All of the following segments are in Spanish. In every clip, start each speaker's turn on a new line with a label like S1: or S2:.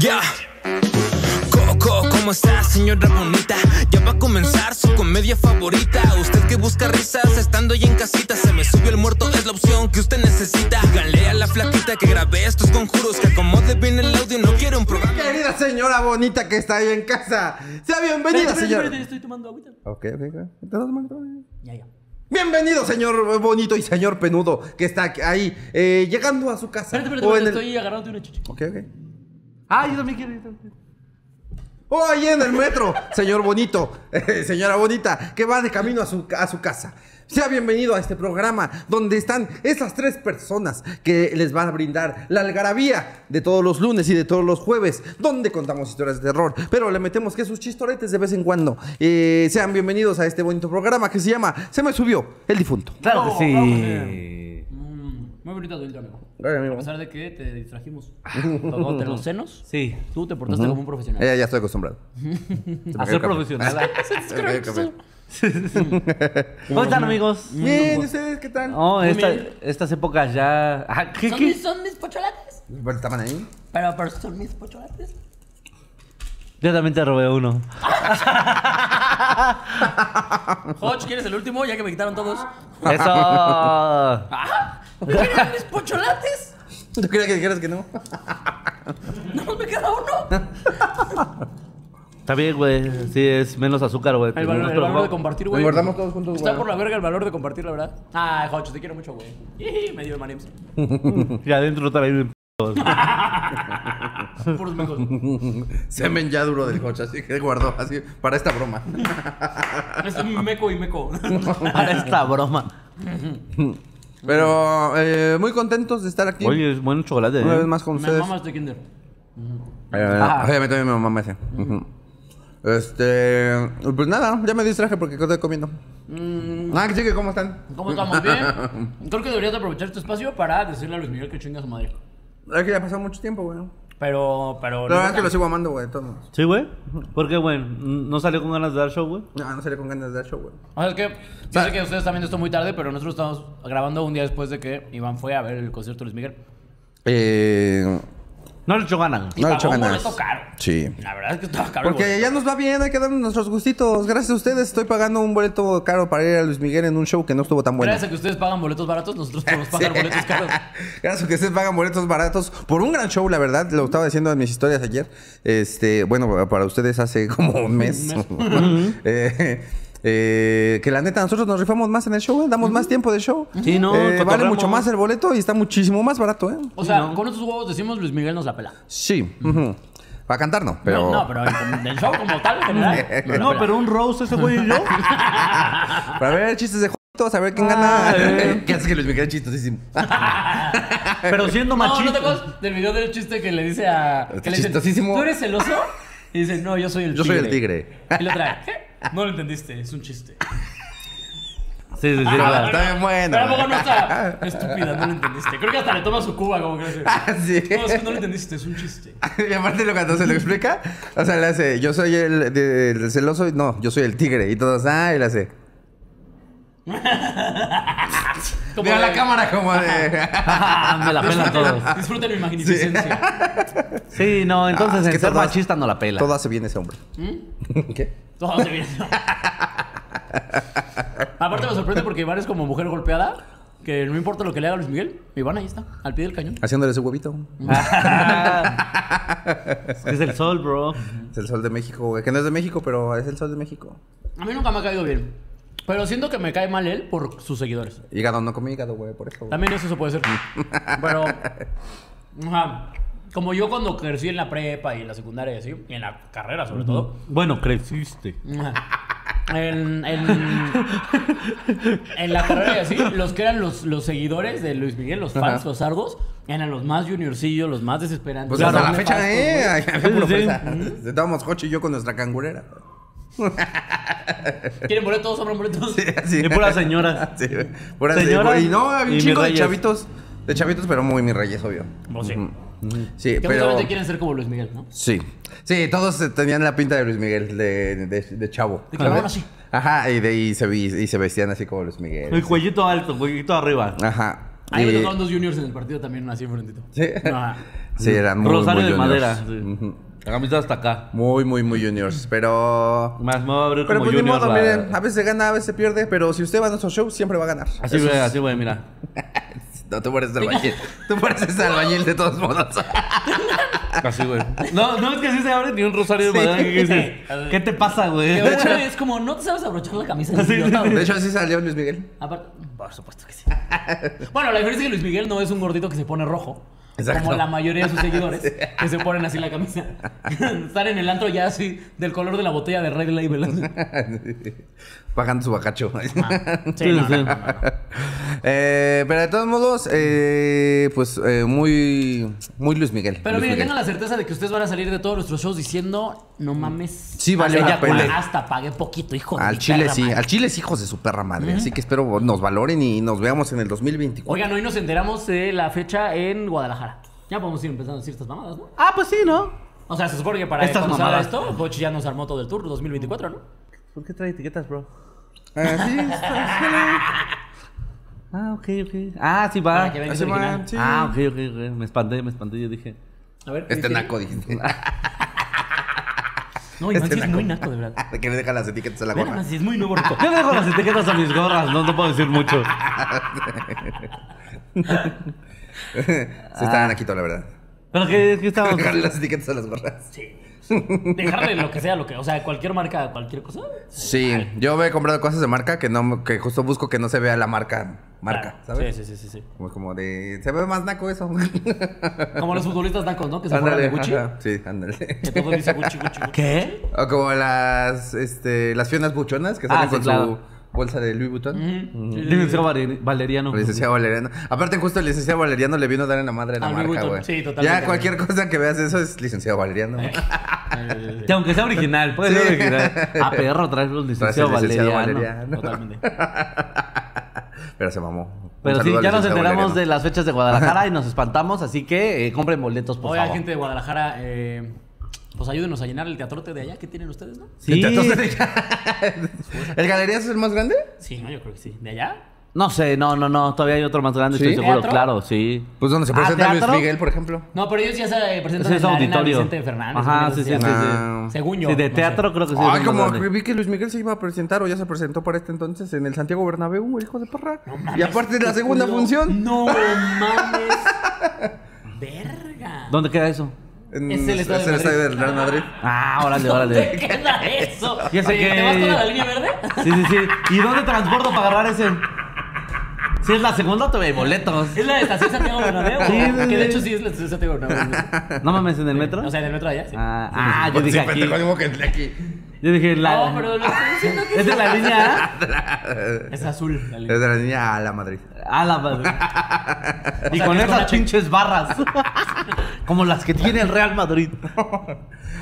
S1: Ya. Coco, ¿cómo está, señora bonita? Ya va a comenzar su comedia favorita. Usted que busca risas estando ya en casita. Se me subió el muerto, es la opción que usted necesita. Galea la flaquita que grabé estos conjuros. Que acomode bien el audio, no quiero un programa.
S2: Querida señora bonita que está ahí en casa, sea bienvenida, señor.
S3: estoy tomando agüita.
S2: Ok, ok, ok. ¿Te das mal, te das mal?
S3: Ya, ya.
S2: Bienvenido, señor bonito y señor penudo que está aquí- ahí eh, llegando a su casa.
S3: Espérate, espérate,
S2: o
S3: espérate,
S2: en el...
S3: estoy agarrándote una chichi.
S2: Ok, ok.
S3: Ah, yo también quiero. yo también quiero.
S2: O Oh, ahí en el metro, señor bonito, eh, señora bonita, que va de camino a su, a su casa. Sea bienvenido a este programa donde están esas tres personas que les van a brindar la algarabía de todos los lunes y de todos los jueves, donde contamos historias de terror, pero le metemos que sus chistoretes de vez en cuando. Eh, sean bienvenidos a este bonito programa que se llama Se me subió el difunto.
S4: Claro que
S3: Bravo,
S4: sí.
S3: bravo, señor. Mm, muy bonita tu intro, amigo.
S2: Gracias,
S3: A
S2: amigo.
S3: pesar de que te distrajimos tocándote los senos,
S4: Sí.
S3: tú te portaste como un profesional.
S2: Eh, ya estoy acostumbrado.
S4: A ser profesional.
S2: eh,
S3: Es correcto.
S4: ¿Cómo están, amigos?
S2: Bien, ¿y ¿ustedes qué tal?
S4: No,
S3: Muy
S4: esta-
S3: bien.
S4: estas épocas ya. Ah, ¿Qué?
S3: ¿Son,
S4: qué?
S3: mis, son mis pocholates.
S2: Bueno, ¿Estaban ahí?
S3: Pero, pero son mis pocholates.
S4: Yo también te robé uno.
S3: Hodge, ¿quieres el último? Ya que me quitaron todos.
S4: Eso.
S3: ¡Ah! ¿Quieres mis pocholates?
S2: ¿Tú creías que dijeras que no?
S3: No me queda uno.
S4: Está bien, güey. Sí, es menos azúcar, güey.
S3: El valor, el
S4: Pero-
S3: valor de compartir, güey.
S2: Engordamos todos juntos,
S3: Está
S2: güey.
S3: por la verga el valor de compartir, la verdad. Ah, Hodge, te quiero mucho, güey. Iji, Me dio el Manems.
S4: Y adentro también.
S3: Puros mecos.
S2: Semen ya duro del coche, así que guardó así para esta broma.
S3: Este Es meco y meco.
S4: Para esta broma.
S2: Pero eh, muy contentos de estar aquí.
S4: Oye, es buen chocolate.
S2: una vez
S4: ¿eh?
S2: más con
S3: Me
S2: ustedes.
S3: mamas de este Kinder.
S2: Eh,
S4: Ah.
S2: oye, a mí también me mamá ese. Ujú. Este. Pues nada, ya me distraje porque estoy comiendo. Ah, que sigue, ¿cómo están?
S3: Mm. ¿Cómo estamos? Bien. Creo que deberías de aprovechar tu espacio para decirle a Luis Miguel que chinga a su madre.
S2: Es que ya pasó mucho tiempo, güey.
S3: Pero, pero.
S2: La verdad es que
S3: no,
S2: lo sigo amando, güey. de todos modos.
S4: Sí, güey. Porque, güey, no salió con ganas de dar show, güey.
S2: No, no salí con ganas de dar show, güey.
S3: O sea, es que. Yo sé que ustedes están viendo esto muy tarde, pero nosotros estamos grabando un día después de que Iván fue a ver el concierto de Luis Miguel.
S2: Eh,
S4: No le echó ganas.
S2: no le
S3: Pagó
S2: echo
S3: un
S2: ganas.
S3: boleto caro.
S2: Sí.
S3: La verdad es que estaba caro. el
S2: Porque
S3: boleto.
S2: ya nos va bien, hay que darnos nuestros gustitos. Gracias a ustedes, estoy pagando un boleto caro para ir a Luis Miguel en un show que no estuvo tan bueno.
S3: Gracias a que ustedes pagan boletos baratos, nosotros podemos pagar boletos caros.
S2: Gracias a que ustedes pagan boletos baratos por un gran show, la verdad. Lo estaba diciendo en mis historias ayer. Este, bueno, para ustedes hace como un mes. Eh, eh, que la neta, nosotros nos rifamos más en el show, eh, damos más tiempo de show.
S4: Sí, no,
S2: Eh, vale
S4: cotorreamos.
S2: mucho más el boleto y está muchísimo más barato, ¿eh?
S3: O sea, con estos huevos decimos Luis Miguel nos la pela.
S2: Sí. ujú. Para cantar, no, pero.
S3: No, no, pero el, el show como tal en general. nos la
S4: No,
S3: pela.
S4: pero un rose ese güey y yo.
S2: Para ver chistes de juntos, a ver quién gana.
S4: Ah, eh.
S2: ¿Qué hace que Luis Miguel es chistosísimo?
S4: Pero siendo
S3: No, no te
S4: machito.
S3: acuerdas del video del chiste que le dice a. Que le dice,
S2: Chistosísimo.
S3: ¿Tú eres el oso? Y dice, no, yo soy el
S2: Yo soy
S3: tigre.
S2: el tigre.
S3: Y lo trae. ¿Qué? No lo entendiste, es un chiste.
S4: Sí, sí, sí.
S2: Ah,
S4: claro.
S2: está bien bueno.
S3: Pero a poco no está. Estúpida, no lo entendiste. Creo que hasta le toma su cuba, como que le dice.
S2: Ah, sí.
S3: No, es que no lo entendiste, es un chiste.
S2: Y aparte lo cuando se lo explica, o sea, le hace, yo soy el, de- el celoso, y no, yo soy el tigre. Y todos, ah, y le hace.
S3: Como
S2: Mira
S3: de-
S2: la cámara como de.
S4: Ah, me la pelan todos.
S3: Disfruta mi magnificencia.
S4: Sí, no, entonces
S2: Ah, es que
S4: en ser
S2: todas-
S4: machista no la pela.
S2: Todo hace bien ese hombre.
S3: ¿Mm?
S2: ¿Qué?
S3: Todo se viene. Aparte me sorprende porque Iván es como mujer golpeada. Que no importa lo que le haga Luis Miguel, Iván ahí está, al pie del cañón.
S2: Haciéndole su huevito.
S3: Mm.
S4: es que es el sol, bro.
S2: Es el sol de México, güey, Que no es de México, pero es el sol de México.
S3: A mí nunca me ha caído bien. Pero siento que me cae mal él por sus seguidores.
S2: Hígado no come hígado, güey, por eso. güey.
S3: También eso se puede ser. Pero. ajá, como yo cuando crecí en la prepa y en la secundaria y así, y en la carrera sobre todo.
S4: Bueno, creciste.
S3: ajá, En, en, en la carrera y así, los que eran los, los seguidores de Luis Miguel, los fans,
S2: Ajá.
S3: los argos, eran los más juniorcillos, los más desesperantes.
S2: Pues
S3: los
S2: hasta
S3: más
S2: la fecha,
S3: nefastos,
S2: ¿eh?
S3: Ah, güey.
S2: Ay,
S3: Mm.
S2: puro
S4: Sí, sí.
S2: fresa. Estábamos Jocho y yo con nuestra cangurera.
S3: ¿Quieren boletos? ¿Sobran boletos?
S2: Sí, así.
S4: Y pura señora.
S2: Sí, güey. Pura sí,
S4: Señora
S2: güey. Y no, había
S4: y
S2: un
S4: mis
S2: chico de
S4: reyes. Oh,
S2: chavitos. De chavitos, pero muy mis reyes, obvio.
S3: Pues sí.
S2: Sí,
S3: Que
S2: pero.
S3: justamente quieren ser como Luis Miguel, ¿no?
S2: Sí. Sí, todos eh, tenían la pinta de Luis Miguel, de, de, de chavo.
S3: De que hablaban así.
S2: Ajá, y de ahí se, vi- y se vestían así como Luis Miguel.
S4: El cuellito alto, cuellito arriba.
S2: Ajá.
S3: Ahí me
S2: Y-
S3: tocaron dos juniors en el partido también, así enfrentito.
S2: Eh, Sí.
S3: ah. Ajá.
S2: Sí,
S4: Ah,
S2: eran muy,
S4: Rosario
S2: muy
S4: de
S2: juniors.
S4: madera. sí.
S2: Ujú.
S4: La camisa hasta acá.
S2: Muy, muy, muy juniors. Pero.
S4: Más me voy a abrir
S2: Pero
S4: como
S2: pues ni
S4: junior.
S2: modo,
S4: la-
S2: miren, a veces se gana, a veces se pierde, pero si usted va a nuestro show, siempre va a ganar.
S4: Así,
S2: Eso
S4: güey,
S2: es-
S4: así, güey, mira.
S2: No, tú pareces albañil. tú pareces albañil de todos modos.
S4: Así, güey. No, no es que así se abre ni un rosario
S2: Sí.
S4: de madera. ¿Qué, dices? ¿Qué te pasa, güey?
S3: Que bueno, es como, no te sabes abrochar la camisa.
S4: Sí,
S3: idiota,
S4: sí, sí.
S3: güey.
S2: De hecho, así salió Luis Miguel.
S3: Aparte, por supuesto que sí. Bueno, la diferencia es que Luis Miguel no es un gordito que se pone rojo.
S2: Exacto.
S3: Como la mayoría de sus seguidores que se ponen así la camisa. Estar en el antro ya así, del color de la botella de Red Label. así.
S2: Pagando su bacacho.
S3: Ah, Sí, no,
S4: Sí, sí.
S3: no, no, no.
S2: Eh, pero de todos modos, eh, pues eh, muy, muy Luis Miguel.
S3: Pero
S2: Luis
S3: miren,
S2: Miguel.
S3: tengan la certeza de que ustedes van a salir de todos nuestros shows diciendo, no mames.
S2: Sí, valió
S3: hasta,
S2: la pena.
S3: Hasta pagué poquito, hijo de
S2: Al
S3: mi
S2: Chile
S3: perra
S2: sí,
S3: madre".
S2: al Chile es hijos de su perra madre. Así que espero nos valoren y nos veamos en el 2024.
S3: Oigan, hoy nos enteramos de la fecha en Guadalajara. Ya podemos ir empezando a decir estas mamadas, ¿no?
S4: Ah, pues sí, ¿no?
S3: O sea, se supone que para
S4: Estas
S3: cuando salga
S4: mamadas.
S3: esto, Boch ya nos armó todo el tour 2024, ¿no?
S4: ¿Por qué trae etiquetas, bro?
S2: Así está.
S4: Ah, ok, ok. Ah, sí, va.
S3: Para que vean
S2: así
S3: es original.
S2: va, sí.
S4: Ah, ok, ok, ok. Me espanté, me espanté. Yo dije.
S3: A ver.
S2: Este
S3: ¿sí?
S2: naco, dijiste.
S3: No, Iván sí
S2: este
S3: es muy naco, de verdad.
S2: Que le deja las etiquetas a la
S3: Vean,
S2: gorra.
S3: Iván sí es muy nuevo rico.
S4: Yo dejo las etiquetas a mis gorras, no, no puedo decir mucho.
S2: Se estaban aquí, la verdad.
S4: Pero que, que estamos.
S2: Dejarle las etiquetas a las gorras.
S3: Sí. Dejarle lo que sea, lo que, o sea, cualquier marca, cualquier cosa.
S2: Sí, yo he comprado cosas de marca que no, que justo busco que no se vea la marca. Marca,
S4: Ah,
S3: Claro.
S2: ¿sabes?
S3: Sí, sí, sí, sí. sí.
S2: Como, como de. Se ve más naco eso.
S4: ¿Pues
S3: Como los futbolistas nacos, ¿no? Que se fueron de
S2: ándale,
S3: Gucci.
S2: ajá, Sí, ándale.
S3: Que todo dice Gucci, Gucci, Gucci.
S4: ¿Qué?
S2: O como las, este, las fionas buchonas que salen
S4: Ah, sí,
S2: con
S4: claro. Mm.
S2: su bolsa de Louis Vuitton.
S3: Ujú. Sí, sí, sí.
S4: Licenciado Valeri- Valeriano.
S2: El Licenciado Valeriano. Aparte, justo el licenciado Valeriano le vino a dar en la madre la
S4: Ah,
S3: Al Louis
S2: marca, güey.
S3: Vuitton. Sí, totalmente.
S2: Ya cualquier cosa que veas eso es licenciado Valeriano.
S3: Eh. Eh,
S4: Que aunque sea original, puede
S2: Sí.
S4: ser original. Ah, perro, traes los
S2: Tras el
S4: licenciado
S2: licenciado
S4: Valeriano.
S2: Valeriano.
S3: Totalmente.
S2: Pero se mamó. Un
S4: Pero sí,
S2: saludo al
S4: ya nos
S2: licenciado
S4: enteramos
S2: Valeriano.
S4: de las fechas de Guadalajara y nos espantamos, así que eh, compren boletos, por
S3: Oiga,
S4: favor.
S3: gente de Guadalajara, eh, pues ayúdenos a llenar el teatrote de allá que tienen ustedes, ¿no?
S4: Sí.
S2: Entonces, ¿El Galerías es el más grande?
S3: Sí, no, yo creo que sí. ¿De allá?
S4: No sé, no, no, no, todavía hay otro más grande,
S2: ¿Sí?
S4: estoy seguro,
S3: ¿Teatro?
S4: claro, sí.
S2: Pues donde se
S4: Ah,
S2: presenta Luis
S4: ¿teatro?
S2: Miguel, por ejemplo.
S3: No, pero ellos ya se eh, presentan
S4: Ese es
S3: en la arena
S4: auditorio.
S3: Vicente Fernández.
S4: Ajá,
S3: una cosa
S4: sí, sí,
S3: así.
S2: sí,
S4: sí.
S2: sí.
S3: Según yo.
S4: Sí, de
S3: no sé.
S4: teatro creo que sí. es
S2: Ah. Ay,
S4: el
S2: como
S4: más grande.
S2: vi que Luis Miguel se iba a presentar o ya se presentó para este entonces en el Santiago Bernabéu, hijo de perra. y aparte de la segunda función.
S3: No mames. Verga.
S4: ¿Dónde queda eso?
S2: en-
S3: Es el Estadio de Madrid.
S2: del Real Madrid.
S4: Ah, órale,
S3: ¿Dónde
S4: órale.
S3: queda eso?
S4: Y ese
S3: Oye,
S4: que-
S3: ¿Te vas toda la línea verde?
S4: Sí, sí, sí. ¿Y dónde transbordo para agarrar ese? Si es la segunda, tuve boletos.
S3: Es la de Estación Santiago Bernabéu.
S4: Sí, sí,
S3: Que de
S4: sí.
S3: hecho sí es la estación Santiago Bernabéu.
S4: ¿No mames en el metro?
S3: O sea, en el metro de allá, sí.
S4: Ah, ah, yo
S2: Pues sí,
S4: dije aquí.
S2: pendejo, ni modo que entre aquí.
S4: Yo dije la.
S3: No, pero lo estoy diciendo que
S4: ¿Es de la línea A?
S3: es azul. La línea.
S2: Desde la niña a la Madrid.
S4: A la madre. Y
S3: sea,
S4: con
S3: que es con
S4: esas
S3: H.
S4: pinches barras. Como las que tiene el Real Madrid.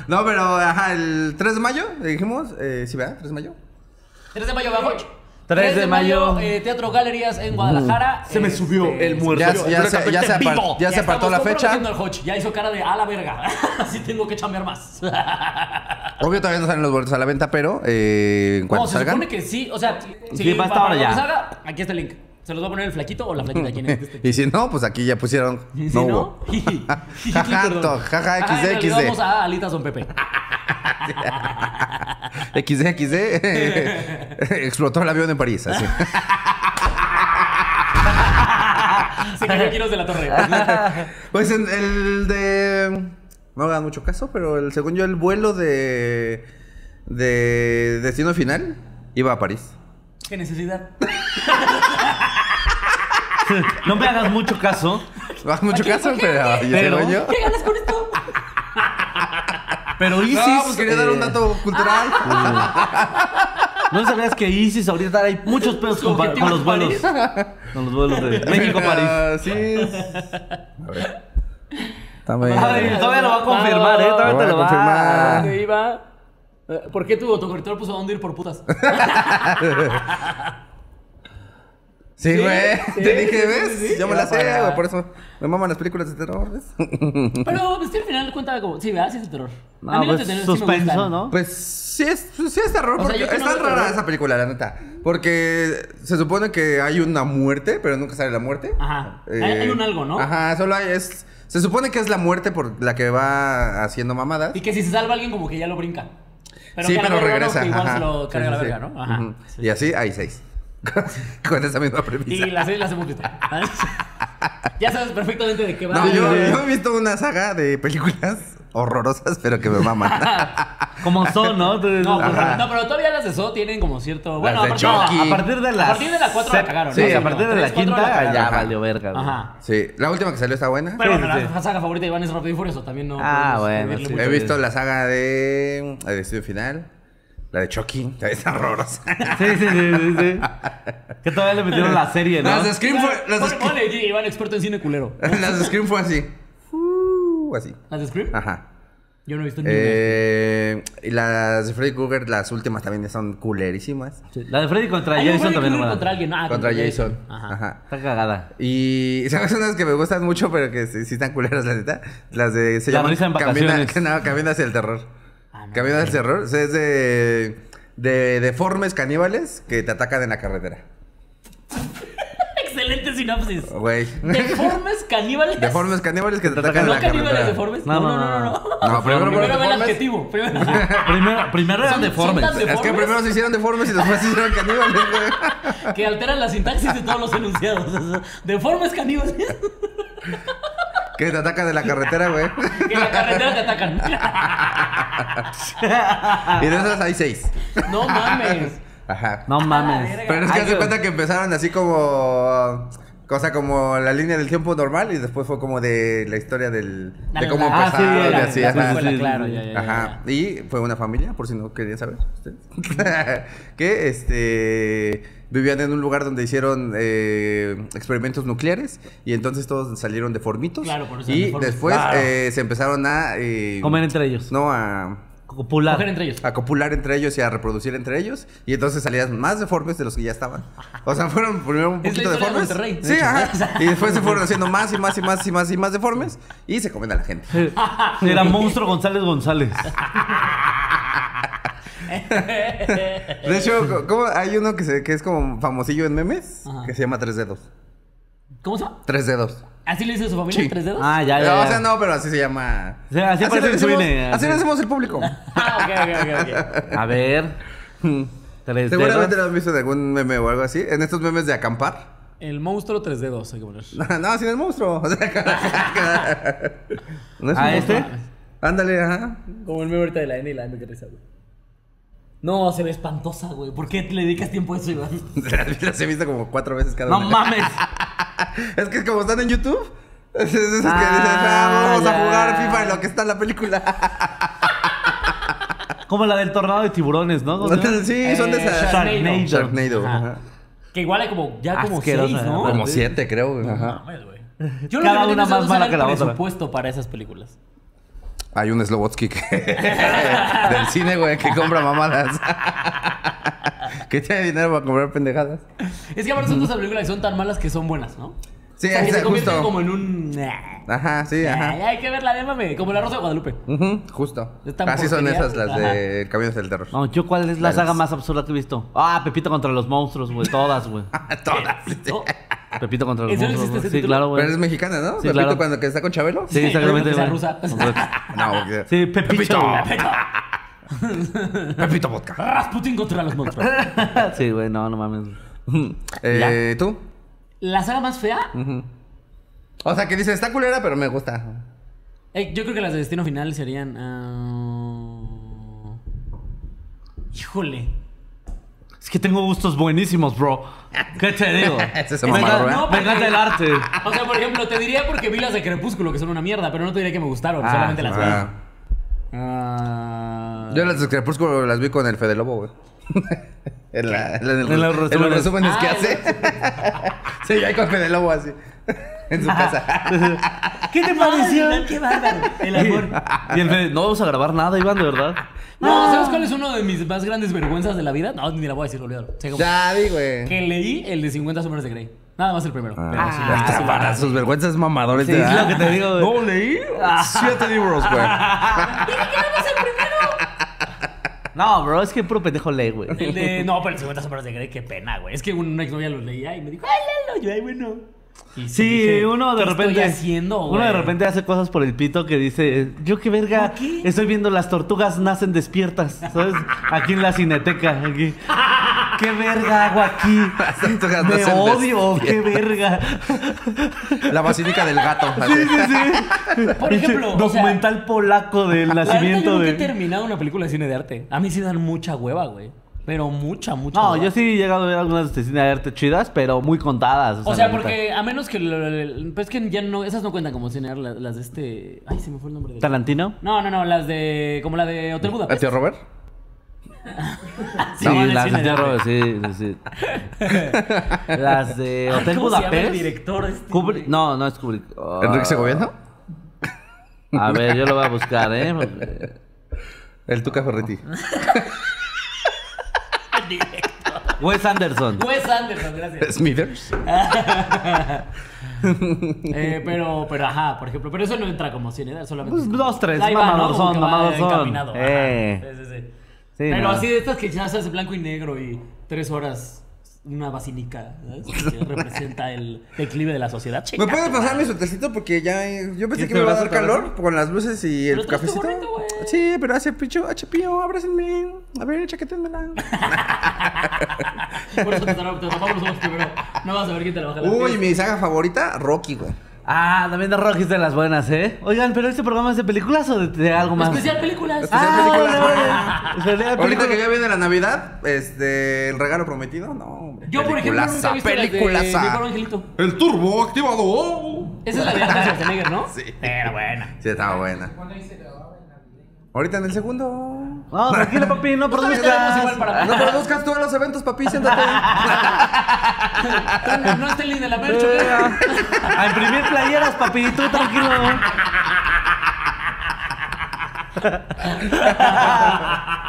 S2: No, pero ajá, el 3 de mayo, le dijimos, eh, sí, ¿verdad? 3 de mayo.
S3: 3 de mayo, Bajoch.
S4: 3 de mayo.
S3: eh, Teatro Galerías en Guadalajara. Este,
S4: Se me subió el
S3: Pues,
S4: muerto.
S2: Ya, ya se, ya se apar-
S4: Vivo.
S2: ya se apartó la fecha.
S3: El Hoch. Ya hizo cara de a la verga. Así tengo que chambear más.
S2: Obvio todavía no salen los boletos a la venta, pero eh, en cuanto
S3: No, se
S2: salgan.
S3: supone que sí. O sea,
S4: Sí, va a estar
S3: para
S4: ahora
S3: cuando
S4: ya.
S3: salga, aquí está el link. Se los va a poner el flaquito o la flaquita. ¿Quién es este?
S2: y si no, pues aquí ya pusieron.
S3: Si
S2: no,
S3: no,
S2: hubo.
S3: Perdón.
S2: to- jaja,
S3: Ah, en realidad
S2: XD.
S3: Vamos a Alitas Don Pepe.
S2: XD, XD. Explotó el avión en París, así.
S3: Se cayó kilos de la torre.
S2: Pues en el de. No me dan mucho caso, pero el, según yo, el vuelo de. de Destino Final iba a París.
S3: Qué necesidad.
S4: No me hagas mucho caso,
S2: No hago mucho caso, pero. yo
S4: Pero-
S2: según yo-
S3: ¿Qué ganas con esto?
S2: Ah.
S4: pero Isis.
S2: No, pues quería dar un
S4: eh,
S2: dato cultural.
S3: Ah.
S4: ¿No sabías que Isis ahorita hay muchos pedos
S3: Su
S4: con, pa-
S3: objetivo
S4: con los
S3: es París.
S4: vuelos? Con los vuelos de México-París.
S2: Ah, sí. es- A ver. Dame-
S4: Ay, todavía lo va a confirmar, ¿eh?
S2: Lo
S4: Todavía
S2: voy
S4: te
S2: a
S4: lo va
S2: confirmar. Ah.
S3: ¿Dónde iba? Eh, ¿Por qué tu autocorrector puso a dónde ir por putas?
S2: Sí,
S3: Sí,
S2: güey.
S3: sí,
S2: Te dije,
S3: sí,
S2: ¿ves?
S3: sí, sí.
S2: Yo me la
S3: Iba
S2: sé,
S3: para allá.
S2: güey. Por eso me maman las películas de terror, ¿ves?
S3: Pero pues, sí, al final cuenta como. Sí, ¿verdad? Sí, es de terror.
S4: No,
S3: A mí los
S4: pues,
S3: de terror sí me
S4: suspenso,
S3: gustan.
S4: ¿no?
S2: Pues sí es, pues, sí es terror,
S3: O sea,
S2: porque
S3: yo que
S2: es
S3: no
S2: tan
S3: veo
S2: rara
S3: terror.
S2: esa película, la neta. Porque se supone que hay una muerte, pero nunca sale la muerte. Eh,
S3: Ajá. Hay- hay un algo, ¿no?
S2: Ajá, solo hay, es... Se supone que es la muerte por la que va haciendo mamadas.
S3: Y que si se salva alguien, como que ya lo brinca.
S2: sí,
S3: que a la
S2: pero
S3: verga, ¿no?
S2: regresa.
S3: Que igual
S2: ajá.
S3: se lo
S2: Sí,
S3: carga
S2: sí,
S3: la
S2: sí.
S3: verga, ¿no? Ajá.
S2: Ujú. Y así hay seis. Con esa misma premisa.
S3: Y la serie la hacemos visto. ya sabes perfectamente de qué va.
S2: No,
S3: Sí,
S2: yo,
S3: sí.
S2: yo he visto una saga de películas horrorosas, pero que me maman.
S4: Como son, ¿no? Entonces,
S3: No, pues,
S2: Ajá.
S3: no, pero todavía las de SO tienen como cierto. Bueno,
S2: Las de
S3: aparte- no,
S2: Chucky.
S3: a-
S4: a partir de la...
S3: A partir de la cuatro la cagaron,
S4: Sí,
S2: ¿no?
S4: a partir de
S3: Tres,
S4: la
S3: cuatro
S4: quinta
S3: la cagaron.
S4: ya
S2: Ajá.
S4: valió verga. güey.
S3: Ajá.
S2: Sí, la última que salió está buena.
S3: Pero bueno,
S4: Sí, sí,
S3: la saga favorita de Iván es Rápido y Furioso. También no.
S4: Ah,
S3: podemos
S4: bueno,
S3: pedirle
S4: sí.
S3: mucho.
S2: He visto la saga de El Destino Final, la de Chucky, la de esa horrorosa.
S4: Sí, sí, sí, sí, sí. Que todavía le metieron la serie, ¿no?
S2: Las de Scream fue, las de
S3: Ponle-
S2: Scream,
S3: ponle aquí, Iván experto en cine culero.
S2: las de Scream fue así. Uh, así.
S3: ¿Las de Scream?
S2: Ajá.
S3: Yo no he visto ni una.
S2: Eh, y las de Freddy Krueger, las últimas también son culerísimas.
S4: Sí, La de Freddy contra
S3: Hay un Freddy
S4: Jason
S3: Krueger
S4: también. hermano.
S3: contra alguien. Ah,
S2: contra Jason.
S3: Ajá.
S2: Ajá.
S4: Está cagada.
S2: Y sabes unas que me gustan mucho, pero que sí, sí están culeras, la neta. Las de se
S4: La
S2: llaman
S4: risa en
S2: Camina,
S4: vacaciones.
S2: que no, Camina hacia el terror.
S3: Ah, no.
S2: Camina hacia el terror. o sea, es de, de deformes caníbales que te atacan en la carretera.
S3: Excelente sinopsis.
S2: Güey.
S3: Deformes caníbales.
S2: Deformes caníbales que te atacan en
S3: No
S2: la
S3: caníbales
S2: carretera.
S3: deformes.
S4: No,
S3: No,
S4: no,
S3: no, no. no,
S2: No, primero
S3: Primero ve el
S2: deformes.
S3: adjetivo. Primero.
S4: Primero, primero eran
S3: Son- son
S4: deformes.
S3: tan de-
S2: Es que
S3: ¿Deformes?
S2: primero se hicieron deformes y después se hicieron caníbales, güey.
S3: que alteran la sintaxis de todos los enunciados. Deformes caníbales.
S2: Que te atacan en la carretera, güey.
S3: que en la carretera te atacan.
S2: Y de esas hay seis.
S3: no mames.
S2: Ajá.
S4: No
S3: A Ah, la
S4: mames.
S3: verga.
S2: Pero es que
S4: Ay,
S2: hace
S4: yo-
S2: cuenta que empezaron así como. Cosa como la línea del tiempo normal y después fue como de la historia del.
S3: La
S2: de cómo
S3: novela.
S4: Ah, sí,
S2: empezaron
S4: la-
S2: y
S3: la
S2: así,
S4: la
S2: ajá.
S3: secuela,
S4: sí, sí,
S3: claro,
S4: sí.
S3: ya, ya, ya,
S2: Ajá.
S3: ya.
S2: Y fue una familia, por si no querían saber ustedes. que este. Vivían en un lugar donde hicieron eh, experimentos nucleares y entonces todos salieron deformitos.
S3: Claro, por eso eran
S2: Y
S3: deformes.
S2: después
S4: Claro.
S2: eh, se empezaron a. eh,
S4: Comer entre ellos.
S2: No, a
S4: Copular.
S3: Coger entre ellos.
S2: a copular entre ellos y a reproducir entre ellos y entonces salían más deformes de los que ya estaban. O sea, fueron primero un
S3: Es la
S2: poquito
S3: historia de
S2: deformes.
S3: Monterrey, de
S2: sí,
S3: hecho.
S2: ajá. Y después se fueron haciendo más y más y más y más y más deformes y se comen a la gente.
S4: Era Monstruo González González.
S2: De
S4: Eh.
S2: hecho, co- ¿cómo? hay uno que, se- que es como famosillo en memes
S3: Ajá.
S2: que se llama Tres Dedos.
S3: ¿Cómo se llama?
S2: Tres Dedos.
S3: ¿Así le dice su familia?
S2: Sí.
S3: ¿Tres dedos?
S4: Ah, ya, ya.
S2: No,
S4: ya.
S2: o sea, no, pero así se llama.
S4: O sea, así parece
S2: le
S4: que
S2: decimos-
S4: suene,
S2: así
S4: así.
S2: le decimos el público.
S3: Ah, ok, ok, ok, ok.
S4: A ver. Tres
S2: Seguramente
S4: dedos.
S2: lo has visto en algún meme o algo así. En estos memes de acampar.
S3: El monstruo tres dedos, hay que poner.
S2: No, sin el monstruo. O sea, no es un
S4: ¿A
S2: monstruo.
S4: este?
S2: Ándale, ajá.
S3: Como el meme ahorita de la N y la M que risa, güey. No, se ve espantosa, güey. ¿Por qué le dedicas tiempo a eso, Iván?
S2: Las he visto como cuatro veces cada
S4: No
S2: una.
S4: mames.
S2: Es que como están en YouTube. Es es- es que dices,
S4: Ah,
S2: "Ah, vamos
S4: ya.
S2: a jugar FIFA en lo que está la película.
S4: Como la del tornado de tiburones, ¿no? ¿Cómo se llama?
S2: sí, son de
S3: Eh,
S2: esas.
S3: Sharknado.
S2: Sharknado.
S3: Ajá.
S2: ajá.
S3: Que igual hay como, ya como
S4: Asquerosa,
S3: seis, ¿no?
S4: ¿verdad?
S2: Como siete, creo. güey. Ajá.
S3: Mames, güey. Yo
S4: Cada
S3: lo que
S4: una más mala que la otra.
S3: presupuesto para esas películas.
S2: Hay un Slobotsky que- del cine, güey, que compra mamadas. que tiene dinero para comprar pendejadas.
S3: Es que ahora son de esas películas que son tan malas que son buenas, ¿no?
S2: Sí,
S3: o sea, que
S2: exacto,
S3: se convierten
S2: justo.
S3: como en un...
S2: Ajá, sí, ajá.
S3: Ay, hay que verla, démame. Como la Rosa de Guadalupe.
S2: Ujú, justo.
S3: Esta
S2: Así son
S3: porquería.
S2: esas las de Caminos del Terror.
S4: No, yo cuál es la
S2: Las-
S4: saga más absurda que he visto. Ah, Pepito contra los monstruos, güey. Todas, güey.
S2: Todas. sí.
S3: ¿No?
S4: Pepito contra los
S3: ¿En serio
S4: monstruos.
S3: existe ese
S4: güey. Sí,
S3: título?
S4: claro,
S2: Pero
S4: güey.
S2: es mexicana, ¿no?
S4: Sí,
S2: Repito,
S4: claro.
S2: cuando que está con Chabelo.
S4: Sí,
S3: Sí,
S4: exactamente.
S3: pero que
S4: güey.
S3: sea rusa. pues.
S4: Completo.
S2: No, porque-
S4: Sí, Pepito.
S2: Pepito Vodka.
S3: Rasputin contra los monstruos.
S4: Sí, güey, no, no mames.
S2: Eh, ¿Tú?
S3: La saga más fea,
S2: O sea, que dices, está culera, pero me gusta.
S3: eh, yo creo que las de Destino Final serían... ah, Híjole.
S4: Es que tengo gustos buenísimos, bro. ¿Qué te digo?
S2: Ese es
S4: me,
S2: mamador,
S4: encanta,
S2: ¿eh?
S4: me encanta el arte.
S3: O sea, por ejemplo, te diría porque vi las de Crepúsculo, que son una mierda, pero no te diría que me gustaron,
S4: Ah,
S3: solamente las vi.
S2: Ah.
S3: Ah.
S2: Yo las de Crepúsculo las vi con el Fede Lobo, güey. en, la- en el-
S4: En los
S2: en los
S4: resúmenes.
S2: resúmenes
S4: Ah.
S2: que
S3: Ah,
S2: hace. sí, yo ahí con Fede Lobo así. en su casa.
S3: ¿Qué te pareció? qué bárbaro. El amor.
S4: Y el Fede, no vamos a grabar nada, Iván, de verdad.
S3: No, ¿sabes cuál es uno de mis más grandes vergüenzas de la vida? No, ni la voy a decir, olvídalo. Sé como-
S2: ya, di, güey.
S3: Que leí el de 50 sombras de Grey. Nada más el primero.
S4: Ah,
S3: Pero sí,
S2: Ahí
S3: sí,
S2: está,
S3: sí,
S2: para sus vergüenzas mamadores.
S4: Sí, es lo que te digo, güey.
S2: No leí siete libros, güey.
S4: No, bro, es que puro pendejo lee, güey.
S3: El de, no, pero el 50 sombras de Grey, qué pena, güey. Es que una exnovia lo leía y me dijo, ay, léelo. Yo, ay, bueno. Y
S4: Sí,
S3: dije,
S4: uno de
S3: ¿qué
S4: repente.
S3: Estoy haciendo, güey?
S4: uno de repente hace cosas por el pito que dice, yo qué verga,
S3: ¿Por qué?
S4: estoy viendo las tortugas nacen despiertas, ¿sabes? Aquí en la cineteca, aquí. ¿Qué verga hago aquí?
S2: Las tortugas
S4: Me
S2: nacen
S4: odio, oh, qué verga.
S2: La basílica del gato.
S4: Sí, sí, sí.
S3: Por ejemplo, o sea,
S4: documental polaco del
S3: La verdad, yo
S4: nacimiento
S3: nunca he
S4: de.
S3: terminado una película de cine de arte. A mí sí dan mucha hueva, güey. Pero mucha, mucha
S4: No,
S3: hueva.
S4: yo sí he llegado a ver algunas de cine de arte chidas, pero muy contadas.
S3: O sea,
S4: la neta.
S3: porque a menos que... lo- lo- Pues que ya no... Esas no cuentan como cine, las, las de este... Ay, se me fue el nombre de...
S4: ¿Tarantino?
S3: No, no, no, las de... Como la de
S2: ¿El
S3: Hotel Budapest.
S2: tío Robert?
S4: Sí,
S3: No, en el
S4: las
S3: cine
S4: de
S3: de
S4: Robert, sí, sí, sí. Las de
S3: Ay,
S4: Hotel
S3: ¿cómo se llama el
S4: Budapest.
S3: director este,
S4: Kubrick-
S3: güey?
S4: No, no es Kubrick. Ah,
S2: ¿Enrique Segoviano?
S4: A ver, yo lo voy a buscar, ¿eh? Porque-
S2: El Tuca Ferretti.
S4: Wes Anderson.
S3: Wes Anderson, gracias.
S2: Smithers.
S3: Eh, pero, pero ajá, por ejemplo. Pero eso no entra como cine, ¿verdad? solamente.
S4: Pues
S3: es como-
S4: dos, tres,
S3: Ahí va, ¿no?
S4: mamador
S3: Como
S4: son,
S3: que va
S4: mamador son.
S3: encaminado, ajá.
S4: Eh.
S3: Sí, sí, sí.
S4: Sí,
S3: pero
S4: no.
S3: así de estas que ya se hace blanco y negro y tres horas una basílica, ¿sabes? Que representa el declive de la sociedad.
S2: ¿Me
S3: Chinga
S2: puedes
S3: tu
S2: pasar mi
S3: madre.
S2: suétercito? Porque ya eh, yo pensé
S4: ¿Y
S2: que
S4: tu
S2: me iba a dar
S4: abrazo, tu
S2: calor con las luces y
S3: Pero
S2: el
S3: tú estás
S2: cafecito.
S3: bonito, güey.
S2: Sí, pero hace pincho, HPO, abrácenme. A ver, chaqueténmela.
S3: Por eso te tapamos te tapamos los ojos primero. No vas a ver quién te la baja la
S2: Uy,
S3: piel.
S2: mi saga favorita, Rocky, güey.
S4: Ah, también de Rocky es de las buenas, ¿eh? Oigan, ¿pero este programa es de películas o de, de algo más?
S3: Especial películas.
S2: Especial
S4: Ah,
S2: películas.
S4: bueno, bueno. Especial
S2: Ahorita
S4: películas.
S2: que ya viene la Navidad, este, el regalo prometido, no, hombre.
S3: Yo, por ejemplo, nunca he visto las de
S2: peliculaza.
S3: Mi Pobre Angelito.
S2: El turbo activado.
S3: Esa es la de Arnold Schwarzenegger, ¿no?
S2: Sí.
S3: Pero buena.
S2: Sí, estaba buena. Ahorita en el segundo.
S4: No, tranquilo, papi, no
S3: Todavía tenemos igual para
S4: produzcas.
S2: No produzcas tú a los eventos, papi, siéntate.
S3: Tan- Ah, No está el de la Mercho.
S4: Eh,
S3: ¿qué?
S4: a-
S2: Ah.
S4: A imprimir playeras, papi, tú tranquilo.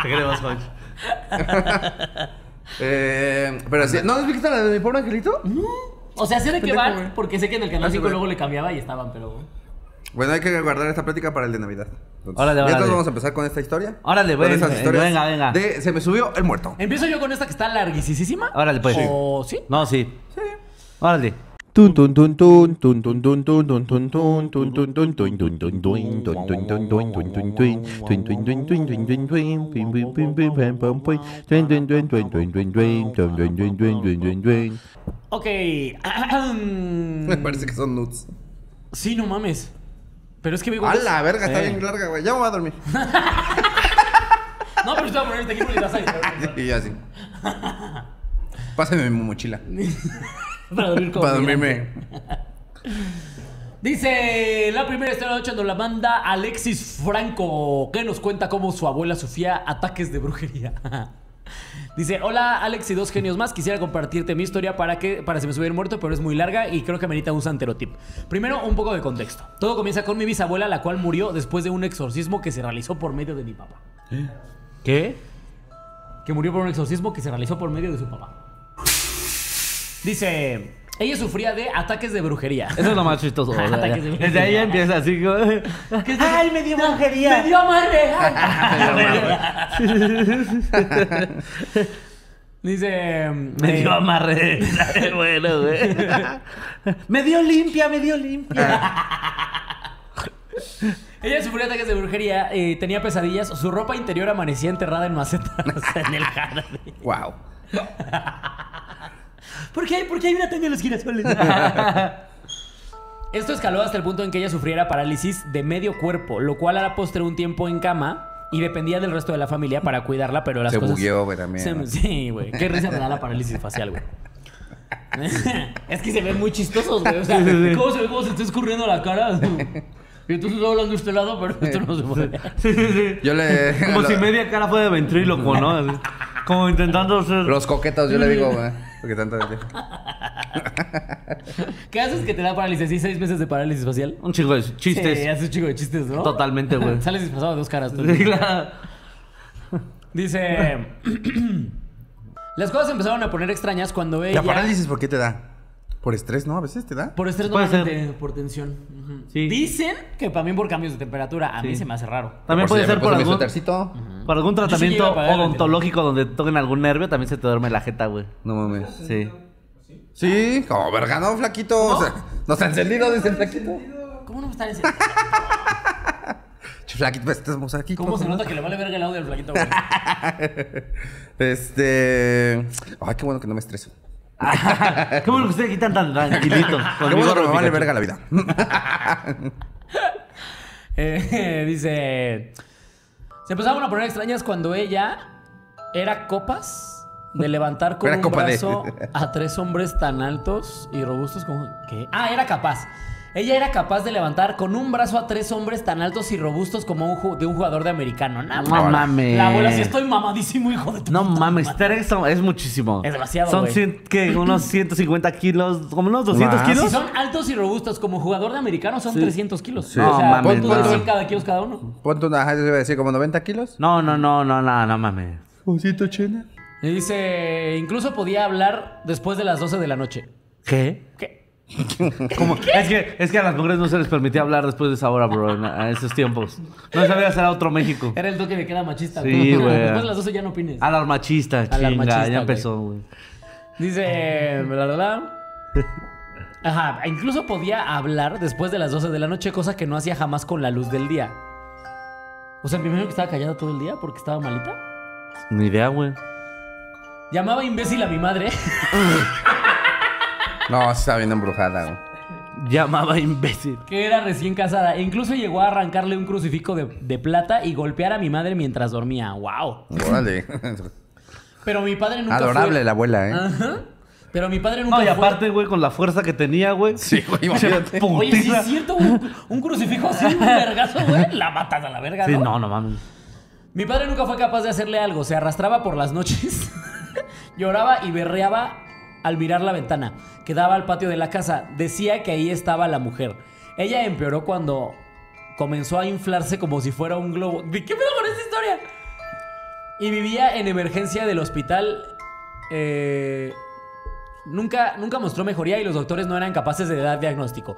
S4: Te queremos, Jorge.
S2: Eh, pero sí, ¿no has visto la de mi pobre angelito?
S4: Mm.
S3: O sea, sé de qué
S2: Pendejo,
S3: van,
S2: güey.
S3: porque sé que en el canal
S2: Ah, sí,
S3: 5
S2: güey.
S3: luego le cambiaba y estaban, pero.
S2: Bueno, hay que guardar esta plática para el de Navidad. Entonces,
S4: Órale,
S2: ya
S4: órale.
S2: todos vamos a empezar con esta historia.
S4: Órale,
S2: Con
S4: venga,
S2: esas historias
S4: venga, venga. Mm.
S2: De se me subió el muerto.
S3: Empiezo yo con esta que está larguisísima.
S4: Órale, pues.
S3: ¿O sí?
S4: No, sí. Sí. Órale.
S5: Tun tun tun tun tun tun tun tun tun tun tun tun tun tun tun tun tun tun tun tun tun tun tun tun tun. Tun tun tun tun tun tun tun. Pim, pim, pim, pim, pam, pam, pum. Tun, tun, tun, tun, tun, tun, tun. Tun, tun, tun, tun, tun, tun, tun.
S3: Ok.
S2: Me parece que son nuts.
S3: sí, no mames. Pero es que veo.
S2: A la verga, está
S3: Eh.
S2: bien larga, güey. Ya me voy a dormir.
S3: No, pero yo te voy a poner este aquí porque estás ahí.
S2: y ya así. Pásame mi mochila.
S3: Para dormir con
S2: Para dormirme.
S3: Dice la primera historia de la noche nos la manda Alexis Franco, que nos cuenta cómo su abuela sufría ataques de brujería. Dice, hola Alex y dos genios más, quisiera compartirte mi historia para que para se me subiera el muerto, pero es muy larga y creo que merita un santerotip. Primero, un poco de contexto. Todo comienza con mi bisabuela, la cual murió después de un exorcismo que se realizó por medio de mi papá.
S4: ¿Qué?
S3: que murió por un exorcismo que se realizó por medio de su papá. Dice, ella sufría de ataques de brujería.
S4: Eso es lo más chistoso. o sea,
S3: Ataques de brujería.
S4: desde ahí ya empieza así. como-
S3: ¿Qué es eso? No, ¡Me dio amarre! ay. Dice...
S4: Me
S3: eh,
S4: dio amarre. bueno, güey. Me dio limpia, me dio limpia.
S3: Ella sufría ataques de brujería, eh, tenía pesadillas, su ropa interior amanecía enterrada en macetas en el jardín.
S2: Wow.
S3: ¿Por qué, ¿Por qué hay una tanga en los girasoles? Esto escaló hasta el punto en que ella sufriera parálisis de medio cuerpo, lo cual a la postre un tiempo en cama y dependía del resto de la familia para cuidarla, pero las
S2: Se
S3: cosas...
S2: bugueó, güey, también,
S3: Se-
S2: ¿no?
S3: Sí, güey. Qué risa me da la parálisis facial, güey. es que se ven muy chistosos, güey. O sea, ¿cómo se ve cómo se está escurriendo la cara? Y tú estás hablando de este lado, pero esto no se puede.
S4: Sí, sí, sí.
S2: Yo le.
S4: Como
S2: lo-
S4: si media cara fuera de ventríloco, ¿no? Así, Como intentando ser.
S2: Los coquetos, yo le digo, güey. Porque tanto
S3: ¿Qué haces que te da parálisis? ¿Sí? ¿Seis meses de parálisis facial?
S4: Un chingo de chistes.
S3: Sí, haces un chico de chistes, ¿no?
S4: Totalmente, güey.
S3: Sales disfrazado de dos caras. tú.
S4: Claro.
S3: Dice... Las cosas empezaron a poner extrañas cuando ella...
S2: ¿La parálisis por qué te da? ¿Por estrés, no? A veces te da.
S3: Por estrés
S4: Puede ser.
S3: normalmente, por tensión. Ujú.
S4: Sí.
S3: Dicen que también por cambios de temperatura. A mí
S4: Sí.
S3: se me hace raro.
S4: También puede ser por
S2: mi
S4: algún,
S2: suétercito.
S4: por algún
S3: sí llego a
S4: tratamiento
S3: pagar el
S4: odontológico donde te toquen algún nervio, también se te duerme la jeta, güey.
S2: No mames.
S4: Sí.
S2: Sí, como verga, no, flaquito. O sea, no está encendido, dice el flaquito.
S3: ¿Cómo no me están en
S2: Che, Flaquito, pues estamos aquí.
S3: ¿Cómo se nota que le vale verga el audio al flaquito, güey?
S2: Este. Ay, qué bueno que no me estreso.
S4: Qué bueno que ustedes aquí están tan tranquilitos.
S2: Eh. Qué
S4: mi
S2: bueno que
S4: gorro
S2: me vale verga
S4: Pikachu.
S2: la vida.
S3: Eh, dice... Se empezaron a poner extrañas cuando ella era copas de levantar con
S2: Era
S3: un
S2: copa de-
S3: brazo a tres hombres tan altos y robustos como... ¿Qué? Ah, era capaz. Ella era capaz de levantar con un brazo a tres hombres tan altos y robustos como un ju- de un jugador de americano. Nada más.
S4: No mames.
S3: La abuela, sí estoy mamadísimo, hijo de tu
S4: No
S3: puta
S4: mames,
S3: madre.
S4: tres son- es muchísimo.
S3: Es demasiado,
S4: Son
S3: güey.
S4: cien- ¿qué? unos 150 kilos, como unos 200
S2: Más.
S3: Si
S4: kilos.
S3: son altos y robustos como jugador de americano, son 300 kilos.
S4: No
S3: O sea,
S4: mames,
S3: ¿cuántos
S2: no.
S3: son cada kilos cada uno?
S2: Ponte una, ajá, yo iba a decir como 90 kilos.
S4: No, no, no, no, no, no mames.
S2: Osito chena.
S3: Y dice, incluso podía hablar después de las 12 de la noche.
S4: ¿Qué?
S3: ¿Qué?
S4: Como- Es, que, es que a las mujeres no se les permitía hablar después de esa hora, bro, en- a esos tiempos. No sabía será otro México.
S3: Era el toque de queda machista.
S4: Sí,
S3: güey.
S4: güey. Ah,
S3: Después de las 12 ya no opines.
S4: Alarmachista, chinga,
S3: Alarmachista,
S4: ya
S3: güey.
S4: empezó, güey.
S3: Dice, bla, bla, bla. Ajá, incluso podía hablar después de las 12 de la noche, cosa que no hacía jamás con la luz del día. O sea, primero que estaba callada todo el día porque estaba malita.
S4: Ni idea, güey.
S3: Llamaba imbécil a mi madre.
S2: No, sí está bien embrujada, güey.
S4: Llamaba imbécil.
S3: que era recién casada. E incluso llegó a arrancarle un crucifijo de, de plata y golpear a mi madre mientras dormía. ¡Wow!
S2: Órale.
S3: Pero mi padre nunca
S2: Adorable
S3: fue...
S2: la abuela, ¿eh?
S3: Ajá. Pero mi padre nunca
S4: No, y
S3: fue-
S4: aparte, güey, con la fuerza que tenía, güey.
S2: Sí, güey, imagínate.
S4: Putiza.
S3: Oye, si es cierto, un, un crucifijo así, un vergazo, güey, la matas a la verga,
S4: Sí,
S3: ¿no?
S4: no, no mames.
S3: Mi padre nunca fue capaz de hacerle algo. Se arrastraba por las noches, lloraba y berreaba al mirar la ventana que daba al patio de la casa. Decía que ahí estaba la mujer. Ella empeoró cuando comenzó a inflarse como si fuera un globo. ¿De ¿Qué pedo con esta historia? Y vivía en emergencia del hospital. Eh, nunca, nunca mostró mejoría y los doctores no eran capaces de dar diagnóstico.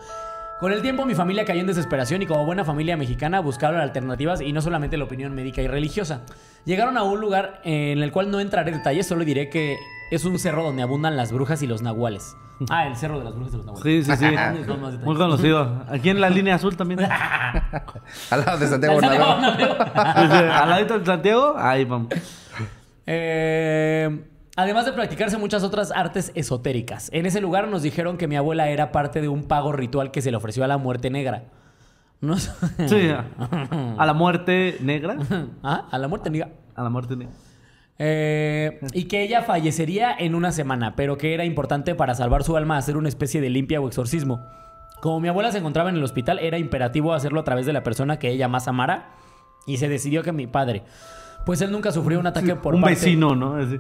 S3: Con el tiempo mi familia cayó en desesperación y como buena familia mexicana buscaron alternativas y no solamente la opinión médica y religiosa. Llegaron a un lugar en el cual no entraré en detalles, solo diré que es un cerro donde abundan las brujas y los nahuales. Ah, el cerro de las brujas y los nahuales.
S4: Sí, sí, sí.
S3: Con más detalles.
S4: Muy conocido. Aquí en la línea azul también. Desde
S2: Al lado de Santiago
S3: Santiago
S2: Bernabéu.
S3: Bernabéu.
S4: Al ladito de Santiago, ahí vamos.
S3: Eh, además de practicarse muchas otras artes esotéricas. En ese lugar nos dijeron que mi abuela era parte de un pago ritual que se le ofreció a la muerte negra. No sé-
S4: Sí. A la muerte negra.
S3: Ah, A la muerte negra.
S4: A la muerte negra.
S3: Eh, y que ella fallecería en una semana, pero que era importante para salvar su alma hacer una especie de limpia o exorcismo. Como mi abuela se encontraba en el hospital, era imperativo hacerlo a través de la persona que ella más amara y se decidió que mi padre, pues él nunca sufrió un ataque por
S4: un
S3: parte-
S4: vecino, ¿no? Así.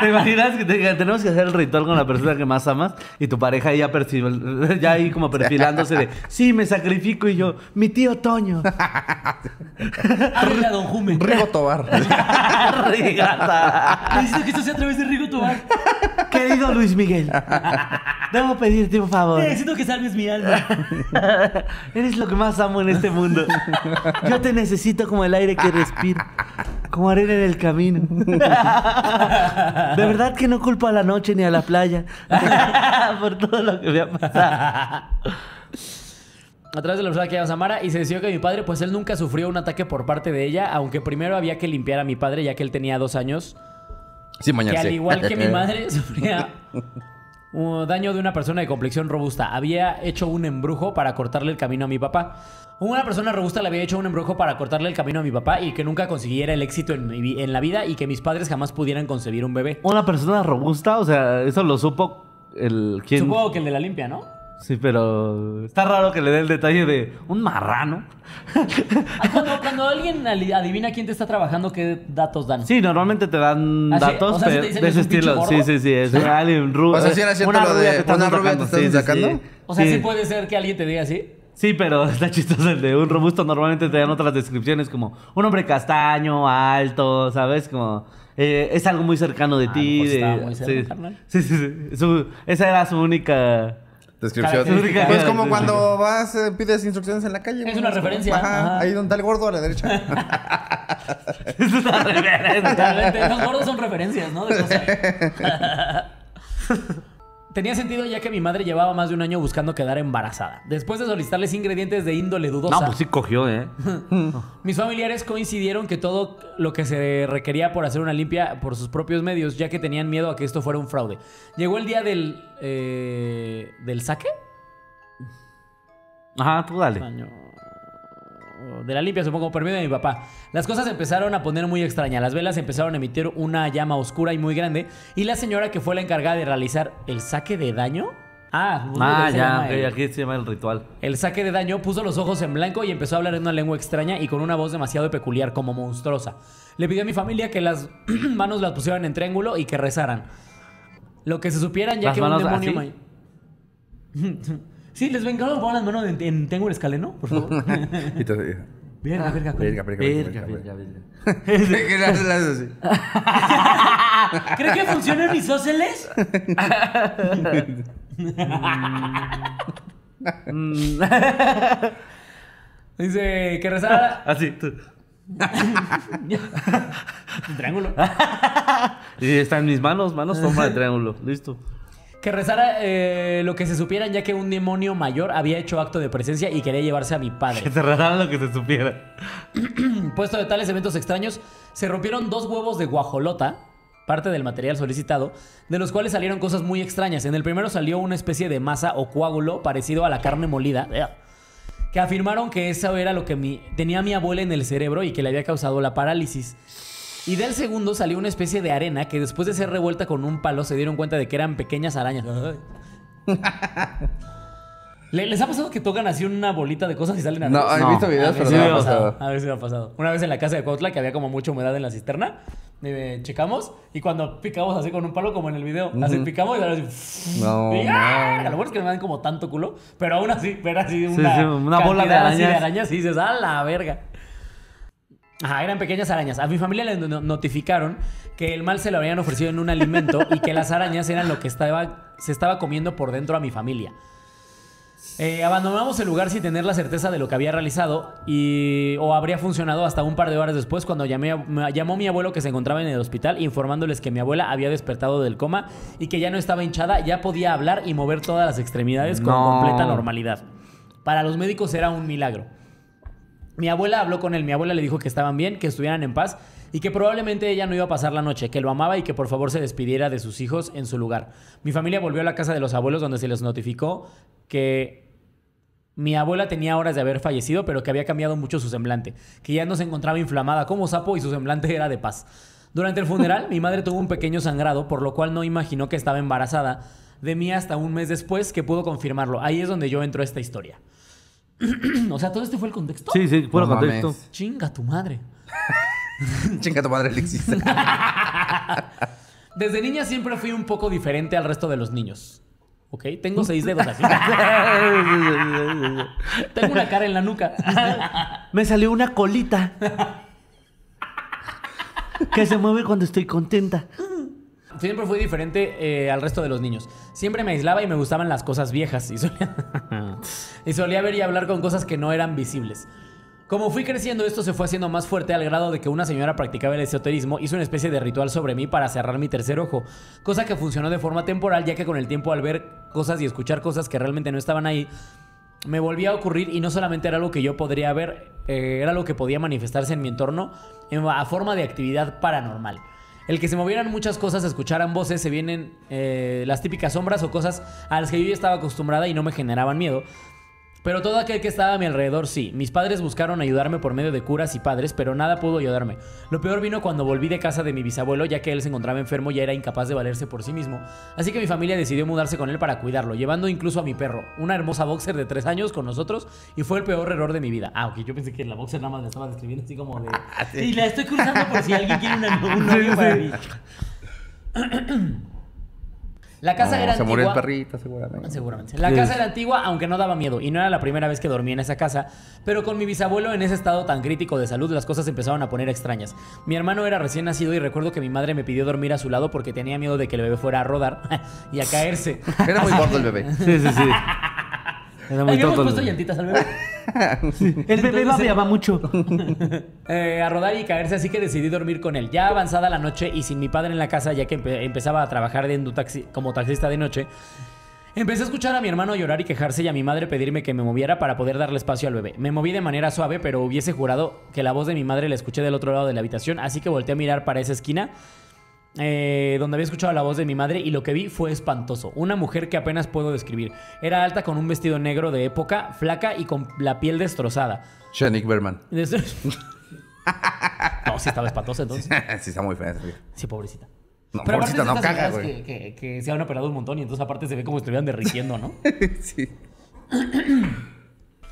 S4: ¿Te imaginas que te- tenemos que hacer el ritual con la persona que más amas y tu pareja ahí ya, perfil- ya ahí como perfilándose de, sí, me sacrifico y yo, mi tío Toño.
S3: Háblele a don Jume.
S2: Rigo Tobar.
S4: Regata.
S3: Necesito que esto sea a través de Rigo Tobar.
S4: Querido Luis Miguel, debo pedirte un favor.
S3: Necesito que salves mi alma.
S4: Eres lo que más amo en este mundo. Yo te necesito como el aire que respiro, como arena en el camino. De verdad que no culpo a la noche ni a la playa por todo lo que me ha pasado.
S3: A través de la persona que llama Samara y se decidió que mi padre, pues él nunca sufrió un ataque por parte de ella, aunque primero había que limpiar a mi padre ya que él tenía dos años,
S2: Sí,
S3: que
S2: mañana.
S3: al igual que mi
S2: Eh,
S3: madre sufría un daño de una persona de complexión robusta. Había hecho un embrujo para cortarle el camino a mi papá. Una persona robusta le había hecho un embrujo para cortarle el camino a mi papá y que nunca consiguiera el éxito en, mi vi- en la vida y que mis padres jamás pudieran concebir un bebé.
S4: Una persona robusta, o sea, eso lo supo el quien.
S3: Supongo que el de la limpia, ¿no?
S4: Sí, pero está raro que le dé el detalle de un marrano.
S3: Ah, Cuando, cuando alguien ali- adivina quién te está trabajando, ¿qué datos dan?
S4: Sí, normalmente te dan
S3: Ah, sí.
S4: datos
S3: O sea, si te
S4: pero
S3: dicen
S4: de
S3: que
S4: ese
S3: es un pinche
S4: estilo. Sí,
S3: gordo.
S4: sí, sí. Es un alien rubio.
S2: O sea, sí era cierto lo de una rubia te estás sacando.
S3: O sea, sí.
S4: sí,
S3: puede ser que alguien te diga así.
S4: Sí, pero está chistoso el de un robusto. Normalmente te dan otras descripciones como un hombre castaño, alto, ¿sabes? Como eh, es algo muy cercano de
S3: Ah,
S4: ti.
S3: pues
S4: de-
S3: estaba muy cerca,
S4: sí.
S3: carnal.
S4: sí, sí, sí. Su- esa era su única.
S2: Descripción.
S3: Característica.
S2: Pues como cuando vas, eh, pides instrucciones en la calle.
S3: Es
S2: ¿no?
S3: una
S2: como,
S3: referencia,
S2: Ajá,
S3: ajá.
S2: Ahí donde está el gordo a la derecha.
S4: Es una reverencia.
S3: Realmente, los gordos son referencias, ¿no? De cosas. Tenía sentido ya que mi madre llevaba más de un año buscando quedar embarazada. Después de solicitarles ingredientes de índole dudosa,
S4: No, pues sí cogió, ¿eh?
S3: mis familiares coincidieron que todo lo que se requería por hacer una limpia por sus propios medios, ya que tenían miedo a que esto fuera un fraude. Llegó el día del... eh, ¿Del saque?
S4: Ajá, tú dale.
S3: Año- De la limpia, supongo, por medio de mi papá. Las cosas empezaron a poner muy extrañas. Las velas empezaron a emitir una llama oscura y muy grande. Y la señora que fue la encargada de realizar el saque de daño. Ah,
S4: Ah,
S3: se
S4: ya,
S3: llama
S4: ok,
S3: el-
S4: aquí se llama el ritual.
S3: el saque de daño puso los ojos en blanco y empezó a hablar en una lengua extraña y con una voz demasiado peculiar, como monstruosa. Le pidió a mi familia que las manos las pusieran en triángulo y que rezaran. Lo que se supieran ya
S4: ¿Las
S3: que
S4: manos
S3: un demonio...
S4: así?
S3: ma- sí, les vengo a poner las manos en, en triángulo escaleno, por favor.
S2: y te digo,
S3: verga, Ah, verga, coño.
S2: verga, verga, verga,
S4: Verga, verga, verga.
S2: Que le haces- le haces así.
S3: ¿Cree que funcionan mis ósceles?
S4: Mm,
S3: Dice que rezara...
S4: Así, tú.
S3: Un triángulo.
S4: Y está en mis manos, manos, forma de triángulo. Listo.
S3: Que rezara eh, lo que se supieran ya que un demonio mayor había hecho acto de presencia y quería llevarse a mi padre.
S4: Que se rezara lo que se supiera.
S3: Puesto de tales eventos extraños, se rompieron dos huevos de guajolota, parte del material solicitado, de los cuales salieron cosas muy extrañas. En el primero salió una especie de masa o coágulo parecido a la carne molida, ¡eh! que afirmaron que eso era lo que mi- tenía mi abuela en el cerebro y que le había causado la parálisis. Y del segundo salió una especie de arena que después de ser revuelta con un palo se dieron cuenta de que eran pequeñas arañas. ¿Le- ¿Les ha pasado que tocan así una bolita de cosas y salen
S2: No,
S3: arañas?
S2: he
S4: No.
S2: visto videos,
S3: A ver
S2: pero
S3: si
S2: no
S3: me
S2: me ha
S3: ha
S4: videos.
S3: pasado.
S2: pasado.
S3: A ver si me ha pasado. Una vez en la casa de Cuautla que había como mucha humedad en la cisterna, eh, checamos y cuando picamos así con un palo como en el video, así picamos y ahora así.
S2: No,
S3: y, ¡ah! A lo bueno es que no me dan como tanto culo, pero aún así, ver así una,
S4: sí, una bola de
S3: cantidad así
S4: arañas.
S3: de arañas y dices, ¡a la verga! Ajá, eran pequeñas arañas. A mi familia le no- notificaron que el mal se lo habían ofrecido en un alimento y que las arañas eran lo que estaba, se estaba comiendo por dentro a mi familia. Eh, abandonamos el lugar sin tener la certeza de lo que había realizado y o habría funcionado hasta un par de horas después cuando llamé a- me llamó mi abuelo que se encontraba en el hospital informándoles que mi abuela había despertado del coma y que ya no estaba hinchada, ya podía hablar y mover todas las extremidades con
S4: No.
S3: completa normalidad. Para los médicos era un milagro. Mi abuela habló con él, mi abuela le dijo que estaban bien, que estuvieran en paz y que probablemente ella no iba a pasar la noche, que lo amaba y que por favor se despidiera de sus hijos en su lugar. Mi familia volvió a la casa de los abuelos donde se les notificó que mi abuela tenía horas de haber fallecido, pero que había cambiado mucho su semblante, que ya no se encontraba inflamada como sapo y su semblante era de paz. Durante el funeral, mi madre tuvo un pequeño sangrado, por lo cual no imaginó que estaba embarazada de mí hasta un mes después que pudo confirmarlo. Ahí es donde yo entro a esta historia. o sea, todo este fue el contexto.
S4: Sí, sí, puro
S2: No mames.
S4: contexto.
S3: Chinga tu madre.
S2: Chinga tu madre, Alexis.
S3: Desde niña siempre fui un poco diferente al resto de los niños. ¿Ok? Tengo seis dedos aquí.
S4: Ah,
S3: Tengo una cara en la nuca.
S4: Me salió una colita. Que se mueve cuando estoy contenta.
S3: Siempre fui diferente eh, al resto de los niños. Siempre me aislaba y me gustaban las cosas viejas. Y solía, y solía ver y hablar con cosas que no eran visibles. Como fui creciendo, esto se fue haciendo más fuerte al grado de que una señora practicaba el esoterismo, hizo una especie de ritual sobre mí para cerrar mi tercer ojo, cosa que funcionó de forma temporal, ya que con el tiempo al ver cosas y escuchar cosas que realmente no estaban ahí, me volvía a ocurrir y no solamente era algo que yo podría ver, eh, era algo que podía manifestarse en mi entorno en, a forma de actividad paranormal. El que se movieran muchas cosas, escucharan voces, se vienen eh, las típicas sombras o cosas a las que yo ya estaba acostumbrada y no me generaban miedo. Pero todo aquel que estaba a mi alrededor sí. Mis padres buscaron ayudarme por medio de curas y padres, pero nada pudo ayudarme. Lo peor vino cuando volví de casa de mi bisabuelo, ya que él se encontraba enfermo y era incapaz de valerse por sí mismo. Así que mi familia decidió mudarse con él para cuidarlo, llevando incluso a mi perro, una hermosa boxer de tres años con nosotros, y fue el peor error de mi vida. Ah, ok, yo pensé que la boxer nada más la estaba describiendo así como de.
S2: Ah,
S3: Y la estoy cruzando por si alguien quiere una- un novio para mí. La
S2: No,
S3: casa era
S2: Ah, se
S3: antigua.
S2: murió el perrito, seguramente.
S3: Seguramente. La casa era antigua, aunque no daba miedo, y no era la primera vez que dormía en esa casa, pero con mi bisabuelo en ese estado tan crítico de salud, las cosas se empezaron a poner extrañas. Mi hermano era recién nacido y recuerdo que mi madre me pidió dormir a su lado porque tenía miedo de que el bebé fuera a rodar y a caerse.
S2: Era muy gordo el bebé.
S4: Sí, sí, sí. Era muy
S3: Habíamos
S4: tonto.
S3: puesto llantitas al bebé.
S4: El bebé
S3: Entonces-
S4: babeaba mucho.
S3: Eh, a rodar y caerse, así que decidí dormir con él. Ya avanzada la noche y sin mi padre en la casa, ya que empe- empezaba a trabajar de endotaxi- como taxista de noche, empecé a escuchar a mi hermano llorar y quejarse y a mi madre pedirme que me moviera para poder darle espacio al bebé. Me moví de manera suave, pero hubiese jurado que la voz de mi madre la escuché del otro lado de la habitación, así que volteé a mirar para esa esquina eh, donde había escuchado la voz de mi madre y lo que vi fue espantoso. Una mujer que apenas puedo describir. Era alta con un vestido negro de época, flaca y con la piel destrozada.
S2: Shanik Berman.
S3: De eso- no, sí estaba espantosa entonces.
S2: sí, está muy fea esa vieja.
S3: Sí, pobrecita.
S2: No,
S3: Pero
S2: pobrecita, no
S3: aparte es de
S2: caga,
S3: estas
S2: güey.
S3: señoras Que, que- que se han operado un montón y entonces aparte se ve como si estuvieran derritiendo, ¿no?
S2: sí.
S3: Ajá,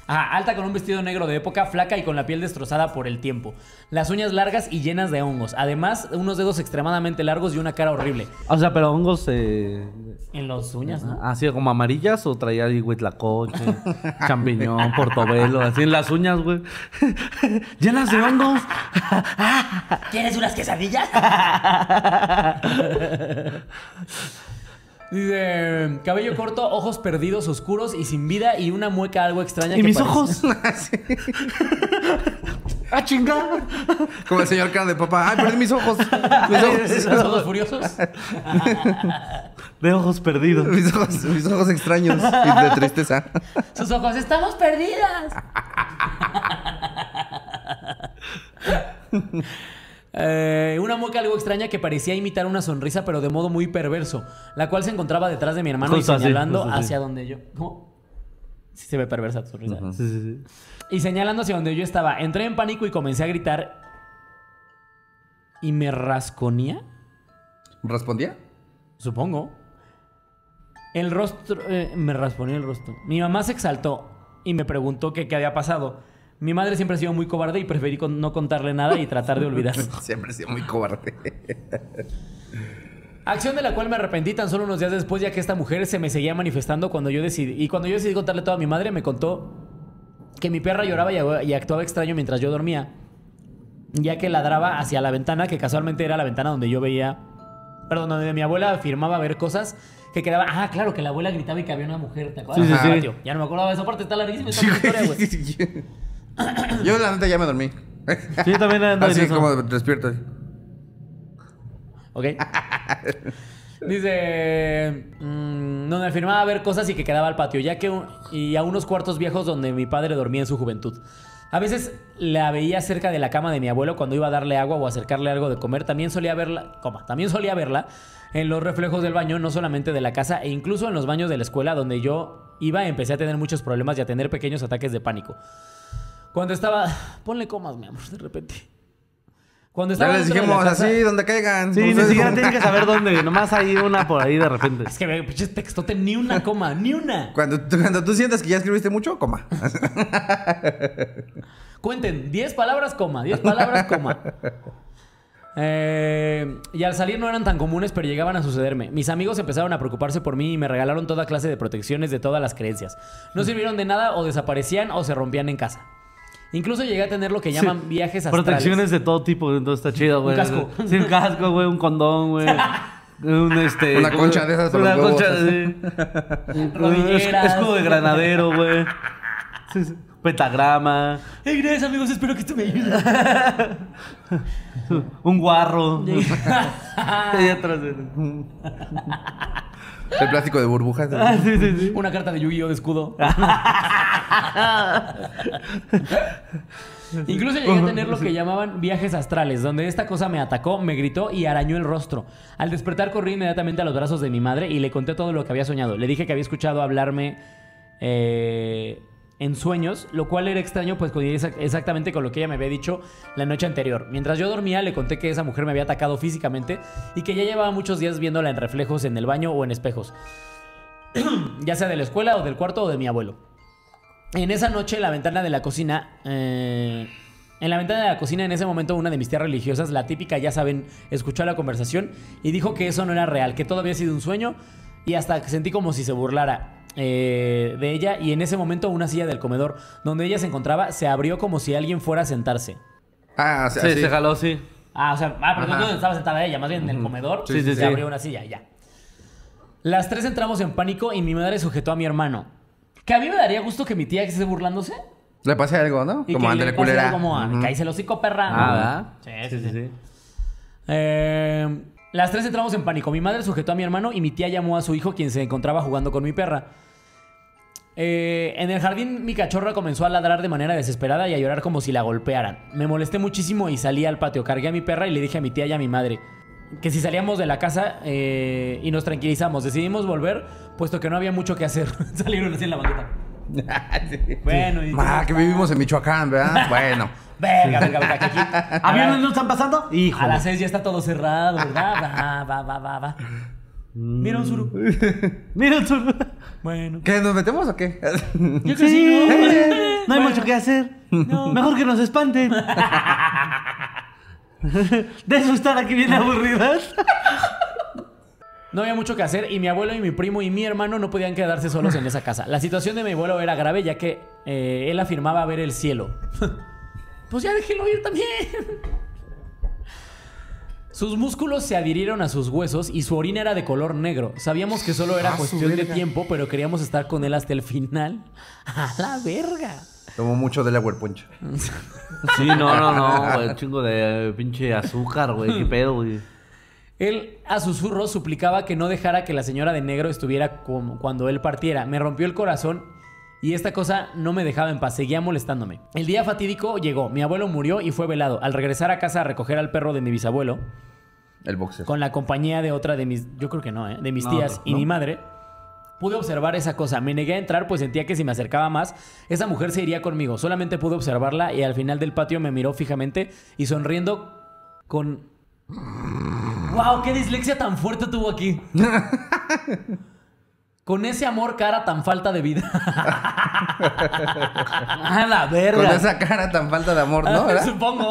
S3: Ah, alta con un vestido negro de época, flaca y con la piel destrozada por el tiempo. Las uñas largas y llenas de hongos. Además, unos dedos extremadamente largos y una cara horrible.
S4: O sea, pero hongos eh,
S3: En las uñas, ¿no?
S4: así Ah, como amarillas o traía ahí, güey, tlacoche, champiñón, portobelo, así en las uñas, güey. Llenas de hongos.
S3: Ah, ¿Quieres unas quesadillas? Dice, cabello corto, ojos perdidos, oscuros y sin vida y una mueca algo extraña.
S4: ¿Y
S3: que
S4: mis
S3: parece-
S4: ojos?
S2: Sí.
S4: ¡Ah, chingada!
S2: Como el señor cara de papá. Ay, perdí mis ojos. Mis
S3: ¿Los
S2: ojos.
S3: ojos furiosos?
S4: De ojos perdidos.
S2: Mis ojos, mis ojos extraños y de tristeza.
S3: Sus ojos, estamos perdidas. Eh, una mueca algo extraña que parecía imitar una sonrisa, pero de modo muy perverso, la cual se encontraba detrás de mi hermano
S4: Justo
S3: y
S4: así,
S3: señalando
S4: justo así.
S3: hacia donde yo. ¿Cómo? Sí se ve perversa tu sonrisa.
S4: Sí, sí, sí.
S3: Y señalando hacia donde yo estaba, entré en pánico y comencé a gritar. ¿Y me rasconía?
S2: ¿Respondía?
S3: Supongo. El rostro... eh, me rasponía el rostro. Mi mamá se exaltó y me preguntó que qué había pasado. Mi madre siempre ha sido muy cobarde y preferí con- no contarle nada y tratar de olvidar.
S2: Siempre he sido muy cobarde.
S3: Acción de la cual me arrepentí tan solo unos días después ya que esta mujer se me seguía manifestando cuando yo decidí... Y cuando yo decidí contarle todo a mi madre me contó que mi perra lloraba y- y actuaba extraño mientras yo dormía. Ya que ladraba hacia la ventana, que casualmente era la ventana donde yo veía... Perdón, donde mi abuela afirmaba ver cosas que quedaban... Ah, claro, que la abuela gritaba y que había una mujer, ¿te acuerdas?
S4: Sí, sí,
S3: Ajá.
S4: sí.
S3: Tío, Ya no me acordaba de esa parte, está larguísima esta historia, güey.
S2: Yo la neta ya me dormí.
S4: Sí, yo también ando en
S2: Así
S4: eso.
S2: como despierto.
S3: ¿Ok? Dice. mm, donde afirmaba ver cosas y que quedaba al patio, ya que. un- y a unos cuartos viejos donde mi padre dormía en su juventud. A veces la veía cerca de la cama de mi abuelo cuando iba a darle agua o acercarle algo de comer. También solía verla, coma, también solía verla en los reflejos del baño, no solamente de la casa, e incluso en los baños de la escuela donde yo iba, empecé a tener muchos problemas y a tener pequeños ataques de pánico. Cuando estaba. Ponle comas, mi amor, de repente. Cuando
S2: Ya
S3: estaba.
S2: les
S3: dentro de la
S2: dijimos
S3: casa-
S2: así, donde caigan.
S4: Sí, ni
S2: Ustedes
S4: siquiera
S2: como-
S4: tienen que saber dónde. Nomás hay una por ahí de repente.
S3: Es que, güey, pinches textote, ni una coma, ni una.
S2: Cuando, tú- cuando tú sientas que ya escribiste mucho, coma.
S3: Cuenten, 10 palabras, coma, 10 palabras, coma. Eh, y al salir no eran tan comunes, pero llegaban a sucederme. Mis amigos empezaron a preocuparse por mí y me regalaron toda clase de protecciones de todas las creencias. No sirvieron de nada o desaparecían o se rompían en casa. Incluso llegué a tener lo que llaman
S4: Sí.
S3: viajes astrales.
S4: Protecciones de todo tipo, entonces está chido, güey.
S3: casco.
S4: Sí, un casco, güey, un condón, güey. Un, este,
S2: Una concha de esas para
S4: Una
S2: los huevos.
S4: concha de.
S3: Rodilleras.
S4: Un escudo de granadero, güey. Sí, sí. Petagrama.
S3: Hey, gracias, amigos, espero que esto me ayude.
S4: Un guarro. Ahí atrás.
S2: El plástico de burbujas.
S4: Ah, sí, sí, sí.
S3: Una carta de Yu-Gi-Oh de escudo. Incluso llegué a tener lo que llamaban viajes astrales, donde esta cosa me atacó, me gritó y arañó el rostro. Al despertar corrí inmediatamente a los brazos de mi madre y le conté todo lo que había soñado. Le dije que había escuchado hablarme eh, en sueños, lo cual era extraño, pues coincidía exac- exactamente con lo que ella me había dicho la noche anterior. Mientras yo dormía, le conté que esa mujer me había atacado físicamente y que ya llevaba muchos días viéndola en reflejos en el baño o en espejos, ya sea de la escuela o del cuarto o de mi abuelo. En esa noche, la ventana de la cocina. eh, en la ventana de la cocina, en ese momento, una de mis tías religiosas, la típica, ya saben, escuchó la conversación y dijo que eso no era real, que todo había sido un sueño y hasta que sentí como si se burlara eh, de ella. Y en ese momento, una silla del comedor donde ella se encontraba se abrió como si alguien fuera a sentarse.
S2: Ah, o sea,
S4: Sí,
S2: sí.
S4: se jaló, sí.
S3: Ah, o sea, ah, pero
S2: Ajá.
S3: no estaba sentada ella, más bien en el comedor.
S2: Sí, sí,
S3: se
S2: sí.
S3: abrió una silla, ya. Las tres entramos en pánico y mi madre sujetó a mi hermano. Que a mí me daría gusto que mi tía esté burlándose.
S2: Le pasé algo, ¿no?
S3: Y
S2: Como
S3: que
S2: ándale
S3: le pase
S2: culera.
S3: Como a,
S2: Ujú.
S3: "Cállese el hocico, perra.
S4: Ah,
S3: Sí,
S4: ¿verdad?
S3: sí, sí. Eh, las tres entramos en pánico. Mi madre sujetó a mi hermano y mi tía llamó a su hijo, quien se encontraba jugando con mi perra. Eh, en el jardín, mi cachorra comenzó a ladrar de manera desesperada y a llorar como si la golpearan. Me molesté muchísimo y salí al patio. Cargué a mi perra y le dije a mi tía y a mi madre que si salíamos de la casa eh, y nos tranquilizamos, decidimos volver, puesto que no había mucho que hacer. Salieron así en la banqueta. Bueno, y.
S2: Ah, que vivimos en Michoacán, ¿verdad? Bueno.
S3: Venga, venga, venga, que aquí.
S4: ¿Aviones no están pasando? Hijo.
S3: A las 6 ya está todo cerrado, ¿verdad? Va, va, va, va, va. Mira un suru.
S4: Mira el sur.
S3: Bueno.
S2: ¿Qué, nos metemos o qué?
S3: Yo creo que
S4: Sí, Eh,
S3: sí, ¿no?
S4: no hay
S3: Bueno.
S4: mucho que hacer. Mejor que nos espanten. De eso estar aquí bien aburridas.
S3: No había mucho que hacer y mi abuelo y mi primo y mi hermano no podían quedarse solos en esa casa. La situación de mi abuelo era grave ya que eh, él afirmaba ver el cielo. pues ya déjenlo ir también. Sus músculos se adhirieron a sus huesos y su orina era de color negro. Sabíamos que solo era
S2: Ah, su
S3: cuestión de
S2: verga.
S3: tiempo, pero queríamos estar con él hasta el final. A la verga.
S2: Tomó mucho del agua el poncho.
S4: Sí, no, no, no, güey. Chingo de eh, pinche azúcar, güey. Qué pedo, güey.
S3: Él a susurros suplicaba que no dejara que la señora de negro estuviera como cuando él partiera. Me rompió el corazón y esta cosa no me dejaba en paz, seguía molestándome. El día fatídico llegó, mi abuelo murió y fue velado. Al regresar a casa a recoger al perro de mi bisabuelo,
S2: El boxer.
S3: con la compañía de otra de mis, yo creo que no, ¿eh? de mis
S4: No,
S3: tías
S4: no,
S3: y
S4: no.
S3: mi madre, pude observar esa cosa. Me negué a entrar pues sentía que si me acercaba más, esa mujer se iría conmigo. Solamente pude observarla y al final del patio me miró fijamente y sonriendo con... ¡Wow! ¡Qué dislexia tan fuerte tuvo aquí! Con ese amor cara tan falta de vida.
S4: A la
S2: Con
S4: verga.
S2: esa cara tan falta de amor,
S3: Ah,
S2: ¿no? ¿Verdad?
S3: Supongo.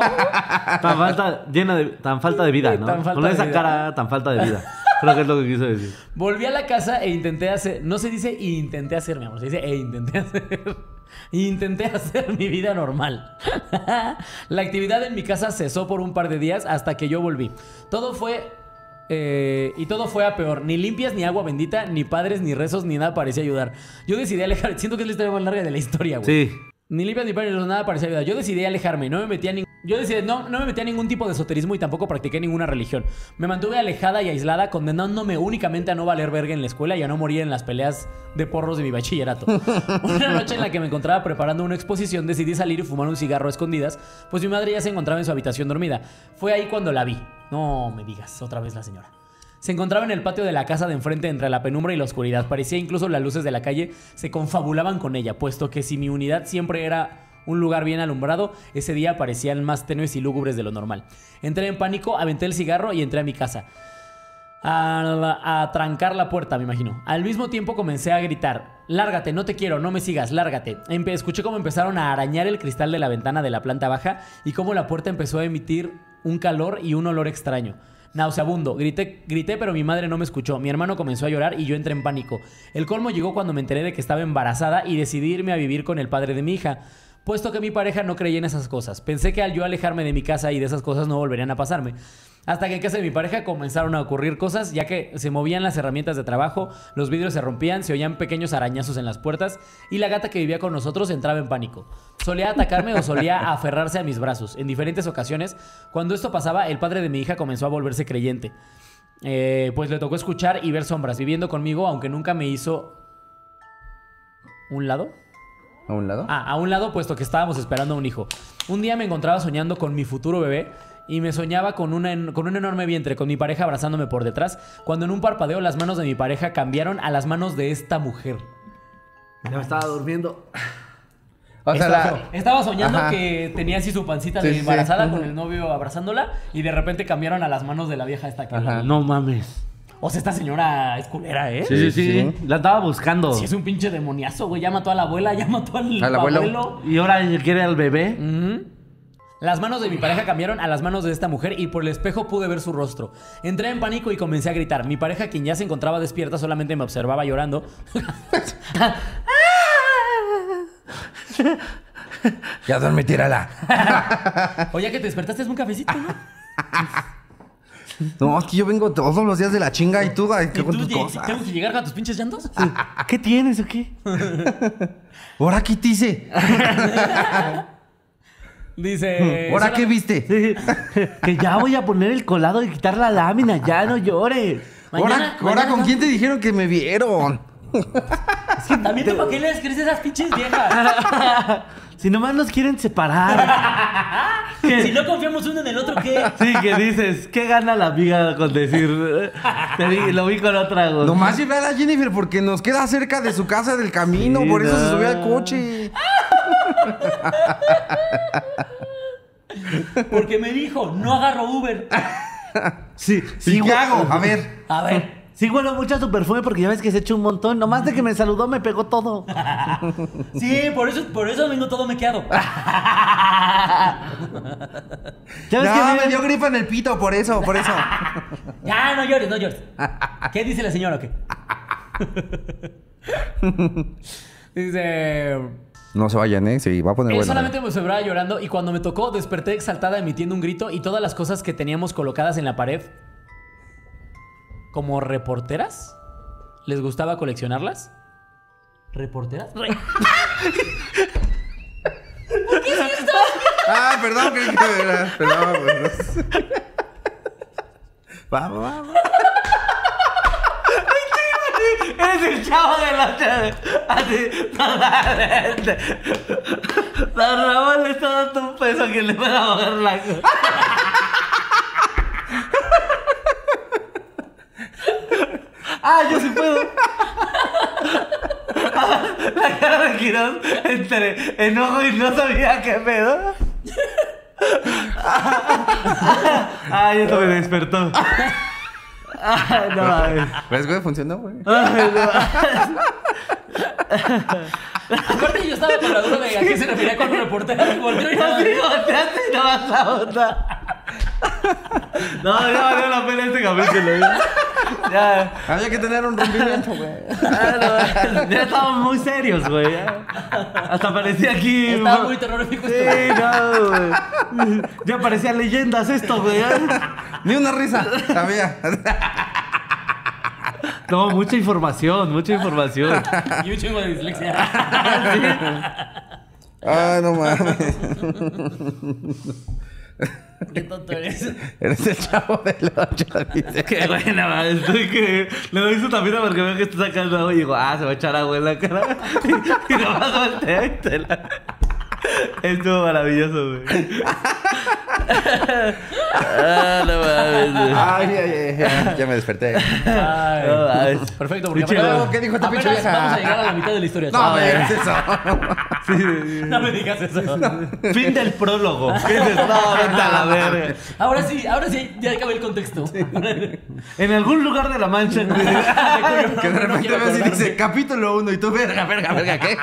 S4: Tan falta, llena de, tan falta de vida, ¿no?
S3: Tan falta
S4: Con
S3: de
S4: esa
S3: vida.
S4: cara tan falta de vida. Creo que es lo que quiso decir.
S3: Volví a la casa e intenté hacer. No se dice y intenté hacer, mi amor, se dice e intenté hacer. Intenté hacer mi vida normal. la actividad en mi casa cesó por un par de días hasta que yo volví. Todo fue. eh, y todo fue a peor. Ni limpias, ni agua bendita, ni padres, ni rezos, ni nada parecía ayudar. Yo decidí alejar. Siento que es la historia más larga de la historia, güey.
S4: Sí.
S3: Ni limpias ni paños, nada parecía ayudar. Yo decidí alejarme, no me metía nin- Yo decidí, no, no me metía a ningún tipo de esoterismo y tampoco practiqué ninguna religión. Me mantuve alejada y aislada, condenándome únicamente a no valer verga en la escuela y a no morir en las peleas de porros de mi bachillerato. Una noche en la que me encontraba preparando una exposición, decidí salir y fumar un cigarro a escondidas, pues mi madre ya se encontraba en su habitación dormida. Fue ahí cuando la vi. No me digas, otra vez la señora. Se encontraba en el patio de la casa de enfrente entre la penumbra y la oscuridad. Parecía incluso las luces de la calle se confabulaban con ella, puesto que si mi unidad siempre era un lugar bien alumbrado, ese día parecían más tenues y lúgubres de lo normal. Entré en pánico, aventé el cigarro y entré a mi casa. A, a trancar la puerta, me imagino. Al mismo tiempo comencé a gritar, lárgate, no te quiero, no me sigas, lárgate. Empe- escuché cómo empezaron a arañar el cristal de la ventana de la planta baja y cómo la puerta empezó a emitir un calor y un olor extraño. Nauseabundo, grité, grité, pero mi madre no me escuchó. Mi hermano comenzó a llorar y yo entré en pánico. El colmo llegó cuando me enteré de que estaba embarazada y decidí irme a vivir con el padre de mi hija. Puesto que mi pareja no creía en esas cosas. Pensé que al yo alejarme de mi casa y de esas cosas no volverían a pasarme. Hasta que en casa de mi pareja comenzaron a ocurrir cosas, ya que se movían las herramientas de trabajo, los vidrios se rompían, se oían pequeños arañazos en las puertas y la gata que vivía con nosotros entraba en pánico. Solía atacarme o solía aferrarse a mis brazos. En diferentes ocasiones, cuando esto pasaba, el padre de mi hija comenzó a volverse creyente. Eh, pues le tocó escuchar y ver sombras viviendo conmigo, aunque nunca me hizo... ¿Un lado?
S2: A un lado.
S3: Ah, a un lado, puesto que estábamos esperando a un hijo. Un día me encontraba soñando con mi futuro bebé y me soñaba con, una en- con un enorme vientre, con mi pareja abrazándome por detrás, cuando en un parpadeo las manos de mi pareja cambiaron a las manos de esta mujer.
S4: Ya me estaba durmiendo.
S2: O sea,
S3: estaba,
S2: la-
S3: estaba soñando
S2: Ajá.
S3: que tenía así su pancita
S2: Sí,
S3: de
S2: sí.
S3: embarazada con el novio abrazándola y de repente cambiaron a las manos de la vieja esta que...
S2: Ajá.
S4: Ah, No mames.
S3: O sea, esta señora es culera, ¿eh?
S4: Sí, sí, sí.
S5: sí.
S4: La andaba buscando.
S3: Si es un pinche demoniazo, güey. Ya mató a la abuela, ya mató al
S2: Al abuelo.
S3: abuelo.
S4: Y ahora quiere al bebé.
S3: Ujú. Las manos de mi pareja cambiaron a las manos de esta mujer y por el espejo pude ver su rostro. Entré en pánico y comencé a gritar. Mi pareja, quien ya se encontraba despierta, solamente me observaba llorando.
S2: Ya duerme, tírala.
S3: Oye, que te despertaste es un cafecito, ¿no?
S2: No, es que yo vengo todos los días de la chinga y tú, ay,
S3: ¿Y
S2: con
S3: tú
S2: tus
S3: de-
S2: cosas.
S3: tengo que llegar a tus pinches llantos?
S4: ¿Qué tienes o qué?
S2: ¿Ahora qué te hice?
S3: Dice.
S2: ¿Ahora
S3: sola-
S2: qué viste?
S4: que ya voy a poner el colado y quitar la lámina. Ya no llores.
S2: ¿Ahora,
S3: mañana-
S2: ahora
S3: mañana
S2: con
S3: no-
S2: quién te dijeron que me vieron?
S3: También tú para qué les crees a esas pinches viejas.
S4: Si nomás nos quieren separar.
S3: si no confiamos uno en el otro, ¿qué?
S4: Sí, que dices, ¿qué gana la amiga con decir? eh, te vi- lo vi con otra güey.
S2: Nomás llevé a la Jennifer porque nos queda cerca de su casa del camino,
S4: Sí,
S2: por eso se
S4: no.
S2: subió al coche.
S3: Porque me dijo, no agarro Uber.
S4: Sí,
S2: ¿Y
S4: sí,
S2: qué
S4: güey.
S2: hago? A ver.
S3: A ver.
S4: Sí, huelo mucho a su perfume porque ya ves que se echa un montón. Nomás de que me saludó me pegó todo.
S3: Sí, por eso, por eso vengo todo mequeado.
S4: Ya ves
S2: Ya,
S4: que
S2: me dio gripa en el pito, por eso, por eso.
S3: Ya, no llores, no llores. ¿Qué dice la señora o qué? Dice.
S2: No se vayan, ¿eh? Sí, va a poner
S3: Él
S2: bueno.
S3: solamente me observaba llorando y cuando me tocó desperté exaltada emitiendo un grito y todas las cosas que teníamos colocadas en la pared. ¿Como reporteras? ¿Les gustaba coleccionarlas? ¿Reporteras? Re-
S2: Ah, perdón, creí que era- Perdón, perdón. Va, va, va.
S4: eres el chavo de la Así, totalmente. Don Ramón le está dando un peso que le van a bajar la Ah, yo sí puedo. La cara de Quirón entre enojo y no sabía qué pedo. Ah, ya te me despertó. Ah, no mames.
S2: ¿Ves, güey? Funcionó, güey.
S4: Ay, no.
S3: Aparte, yo estaba con la duda de a qué se refería con reporteras. Volteo y nada.
S4: Así volteaste y no vas la onda. No, ya valió la pena este capítulo. ¿eh? Ya,
S2: Había que tener un rompimiento, güey.
S4: Ah, no, ya estábamos muy serios, güey. ya. Hasta parecía aquí.
S3: Estaba
S4: mo-
S3: muy terrorífico
S4: Sí,
S3: esto.
S4: no, güey. Ya parecía leyendas esto, güey.
S2: Ni una risa. Había.
S4: No, mucha información, mucha información.
S3: Y un chingo de dislexia.
S2: Ah, no mames.
S3: Qué tonto eres.
S2: Eres el chavo del ocho, dice.
S4: Qué buena, ma, estoy que le doy su tapita porque veo que está sacando agua y digo, ah, se va a echar agua en la cara. Y, y nomás voltea y te la... Estuvo maravilloso, güey. ah, no mames.
S2: Ay, ay, ay, ay, ya me desperté.
S3: Ay.
S4: No mames.
S3: Perfecto, porque
S4: Pinche
S3: apenas-
S2: loco, ¿qué dijo tu
S3: apenas
S2: pinche vieja?
S3: Vamos a llegar a la mitad de la historia.
S2: No,
S3: chaval.
S2: güey, es eso.
S3: no me digas eso.
S4: Fin del prólogo. Fin del... No, vete a la verga.
S3: Ahora sí, ahora sí, ya acabé el contexto.
S4: En algún lugar de la mancha, güey.
S2: Que de repente ves y dice capítulo 1 y tú, verga, verga, verga, ¿qué?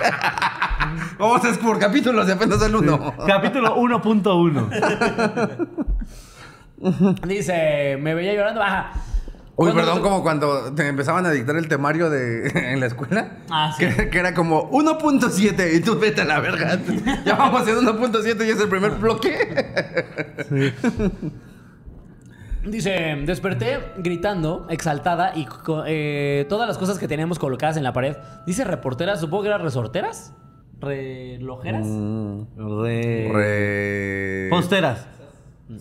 S2: Vamos a es por capítulos de apenas el 1.
S4: Capítulo 1.1.
S3: Dice, me veía llorando. Ajá.
S2: Uy,
S3: Cuando
S2: perdón,
S3: me-
S2: como cuando te empezaban a dictar el temario de, en la escuela.
S3: Ah, sí.
S2: Que, que era como 1.7 y tú vete a la verga. Ya vamos en 1.7 y es el primer bloque.
S3: Dice, desperté gritando, exaltada, y co- eh, todas las cosas que teníamos colocadas en la pared. Dice reporteras, supongo que eran resorteras. ¿Relojeras?
S2: Mm,
S4: Re...
S2: Re...
S4: Posteras.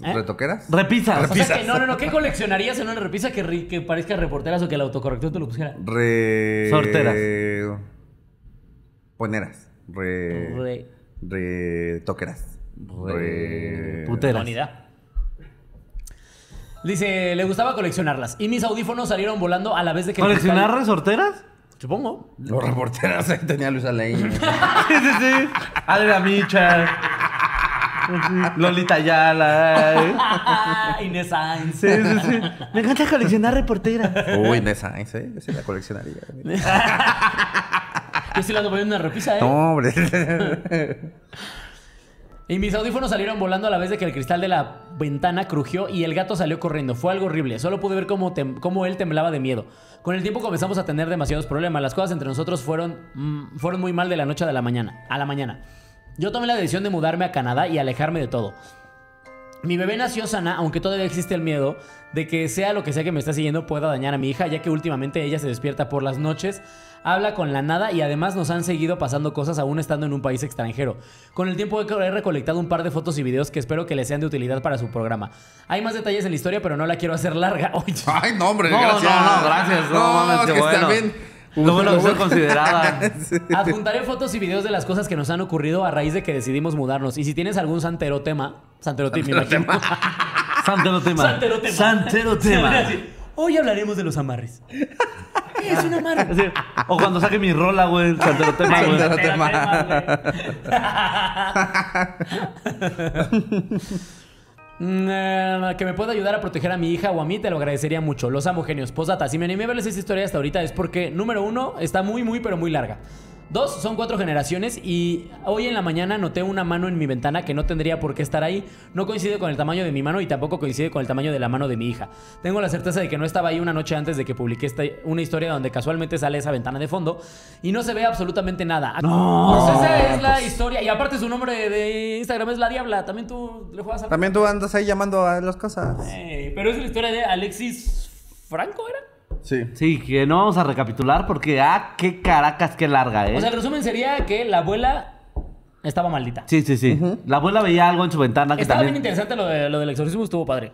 S3: ¿Eh?
S2: ¿Retoqueras?
S4: Repisas.
S3: O sea que no, no, no, ¿qué coleccionarías en una repisa que, ri- que parezca reporteras o que el autocorrector te lo pusiera?
S2: Re...
S4: Sorteras.
S2: Poneras. Re...
S3: Re-
S2: Retoqueras. Re...
S4: Puteras.
S3: Unidad. Dice, le gustaba coleccionarlas. Y mis audífonos salieron volando a la vez de que... el
S4: ¿Coleccionar
S3: cristal-
S4: resorteras?
S3: Supongo.
S2: Los reporteros ahí tenía Luis Alain.
S4: Sí, sí, sí. Adela Micha. Sí, Lolita Ayala. ¿eh?
S3: Inés Sainz.
S4: Sí, sí, sí. Me encanta coleccionar reporteras.
S2: Uy, Inés Sainz, ¿eh? Yo sí la coleccionaría.
S3: Yo sí le ando poniendo una repisa, ¿eh?
S2: No, hombre.
S3: Y mis audífonos salieron volando a la vez de que el cristal de la ventana crujió y el gato salió corriendo. Fue algo horrible. Solo pude ver cómo, tem- cómo él temblaba de miedo. Con el tiempo comenzamos a tener demasiados problemas. Las cosas entre nosotros fueron, mm, fueron muy mal de la noche a la mañana. A la mañana. Yo tomé la decisión de mudarme a Canadá y alejarme de todo. Mi bebé nació sana, aunque todavía existe el miedo de que sea lo que sea que me está siguiendo pueda dañar a mi hija, ya que últimamente ella se despierta por las noches, habla con la nada y además nos han seguido pasando cosas aún estando en un país extranjero. Con el tiempo he recolectado un par de fotos y videos que espero que les sean de utilidad para su programa. Hay más detalles en la historia, pero no la quiero hacer larga. Oye,
S2: Ay, no, hombre,
S4: No,
S2: gracias.
S4: no, no, gracias. No, mames,
S2: es
S4: qué
S2: que
S4: bueno.
S2: también-
S4: Lo bueno que soy considerada.
S3: adjuntaré fotos y videos de las cosas que nos han ocurrido a raíz de que decidimos mudarnos. Y si tienes algún santero tema, santero tip, me imagino.
S4: Santero tema.
S3: Santero tema.
S4: Santero tema.
S3: Sí, Hoy hablaremos de los amarres. ¿Qué es un amarre?
S4: Así, O cuando saque mi rola, güey. Santero tema, güey.
S2: Santero- tema.
S3: Mm, eh, Que me pueda ayudar a proteger a mi hija o a mí, te lo agradecería mucho. Los amo, genios. Posdata, si me animé a verles esta historia hasta ahorita es porque, número uno, está muy, muy, pero muy larga. Dos, son cuatro generaciones y hoy en la mañana noté una mano en mi ventana que no tendría por qué estar ahí. No coincide con el tamaño de mi mano y tampoco coincide con el tamaño de la mano de mi hija. Tengo la certeza de que no estaba ahí una noche antes de que publiqué esta, una historia donde casualmente sale esa ventana de fondo y no se ve absolutamente nada. No, esa es la historia. Y aparte su nombre de Instagram es La Diabla. También tú le juegas al...
S2: También tú andas ahí llamando a las cosas.
S3: Ey, Eh, pero es la historia de Alexis Franco, ¿era?
S2: Sí.
S4: Sí, que no vamos a recapitular porque, ah, qué caracas, qué larga, ¿eh?
S3: O sea, el resumen sería que la abuela estaba maldita.
S4: sí, sí, sí. La abuela veía algo en su ventana que
S3: Estaba bien
S4: también...
S3: interesante lo, de- lo del exorcismo, estuvo padre.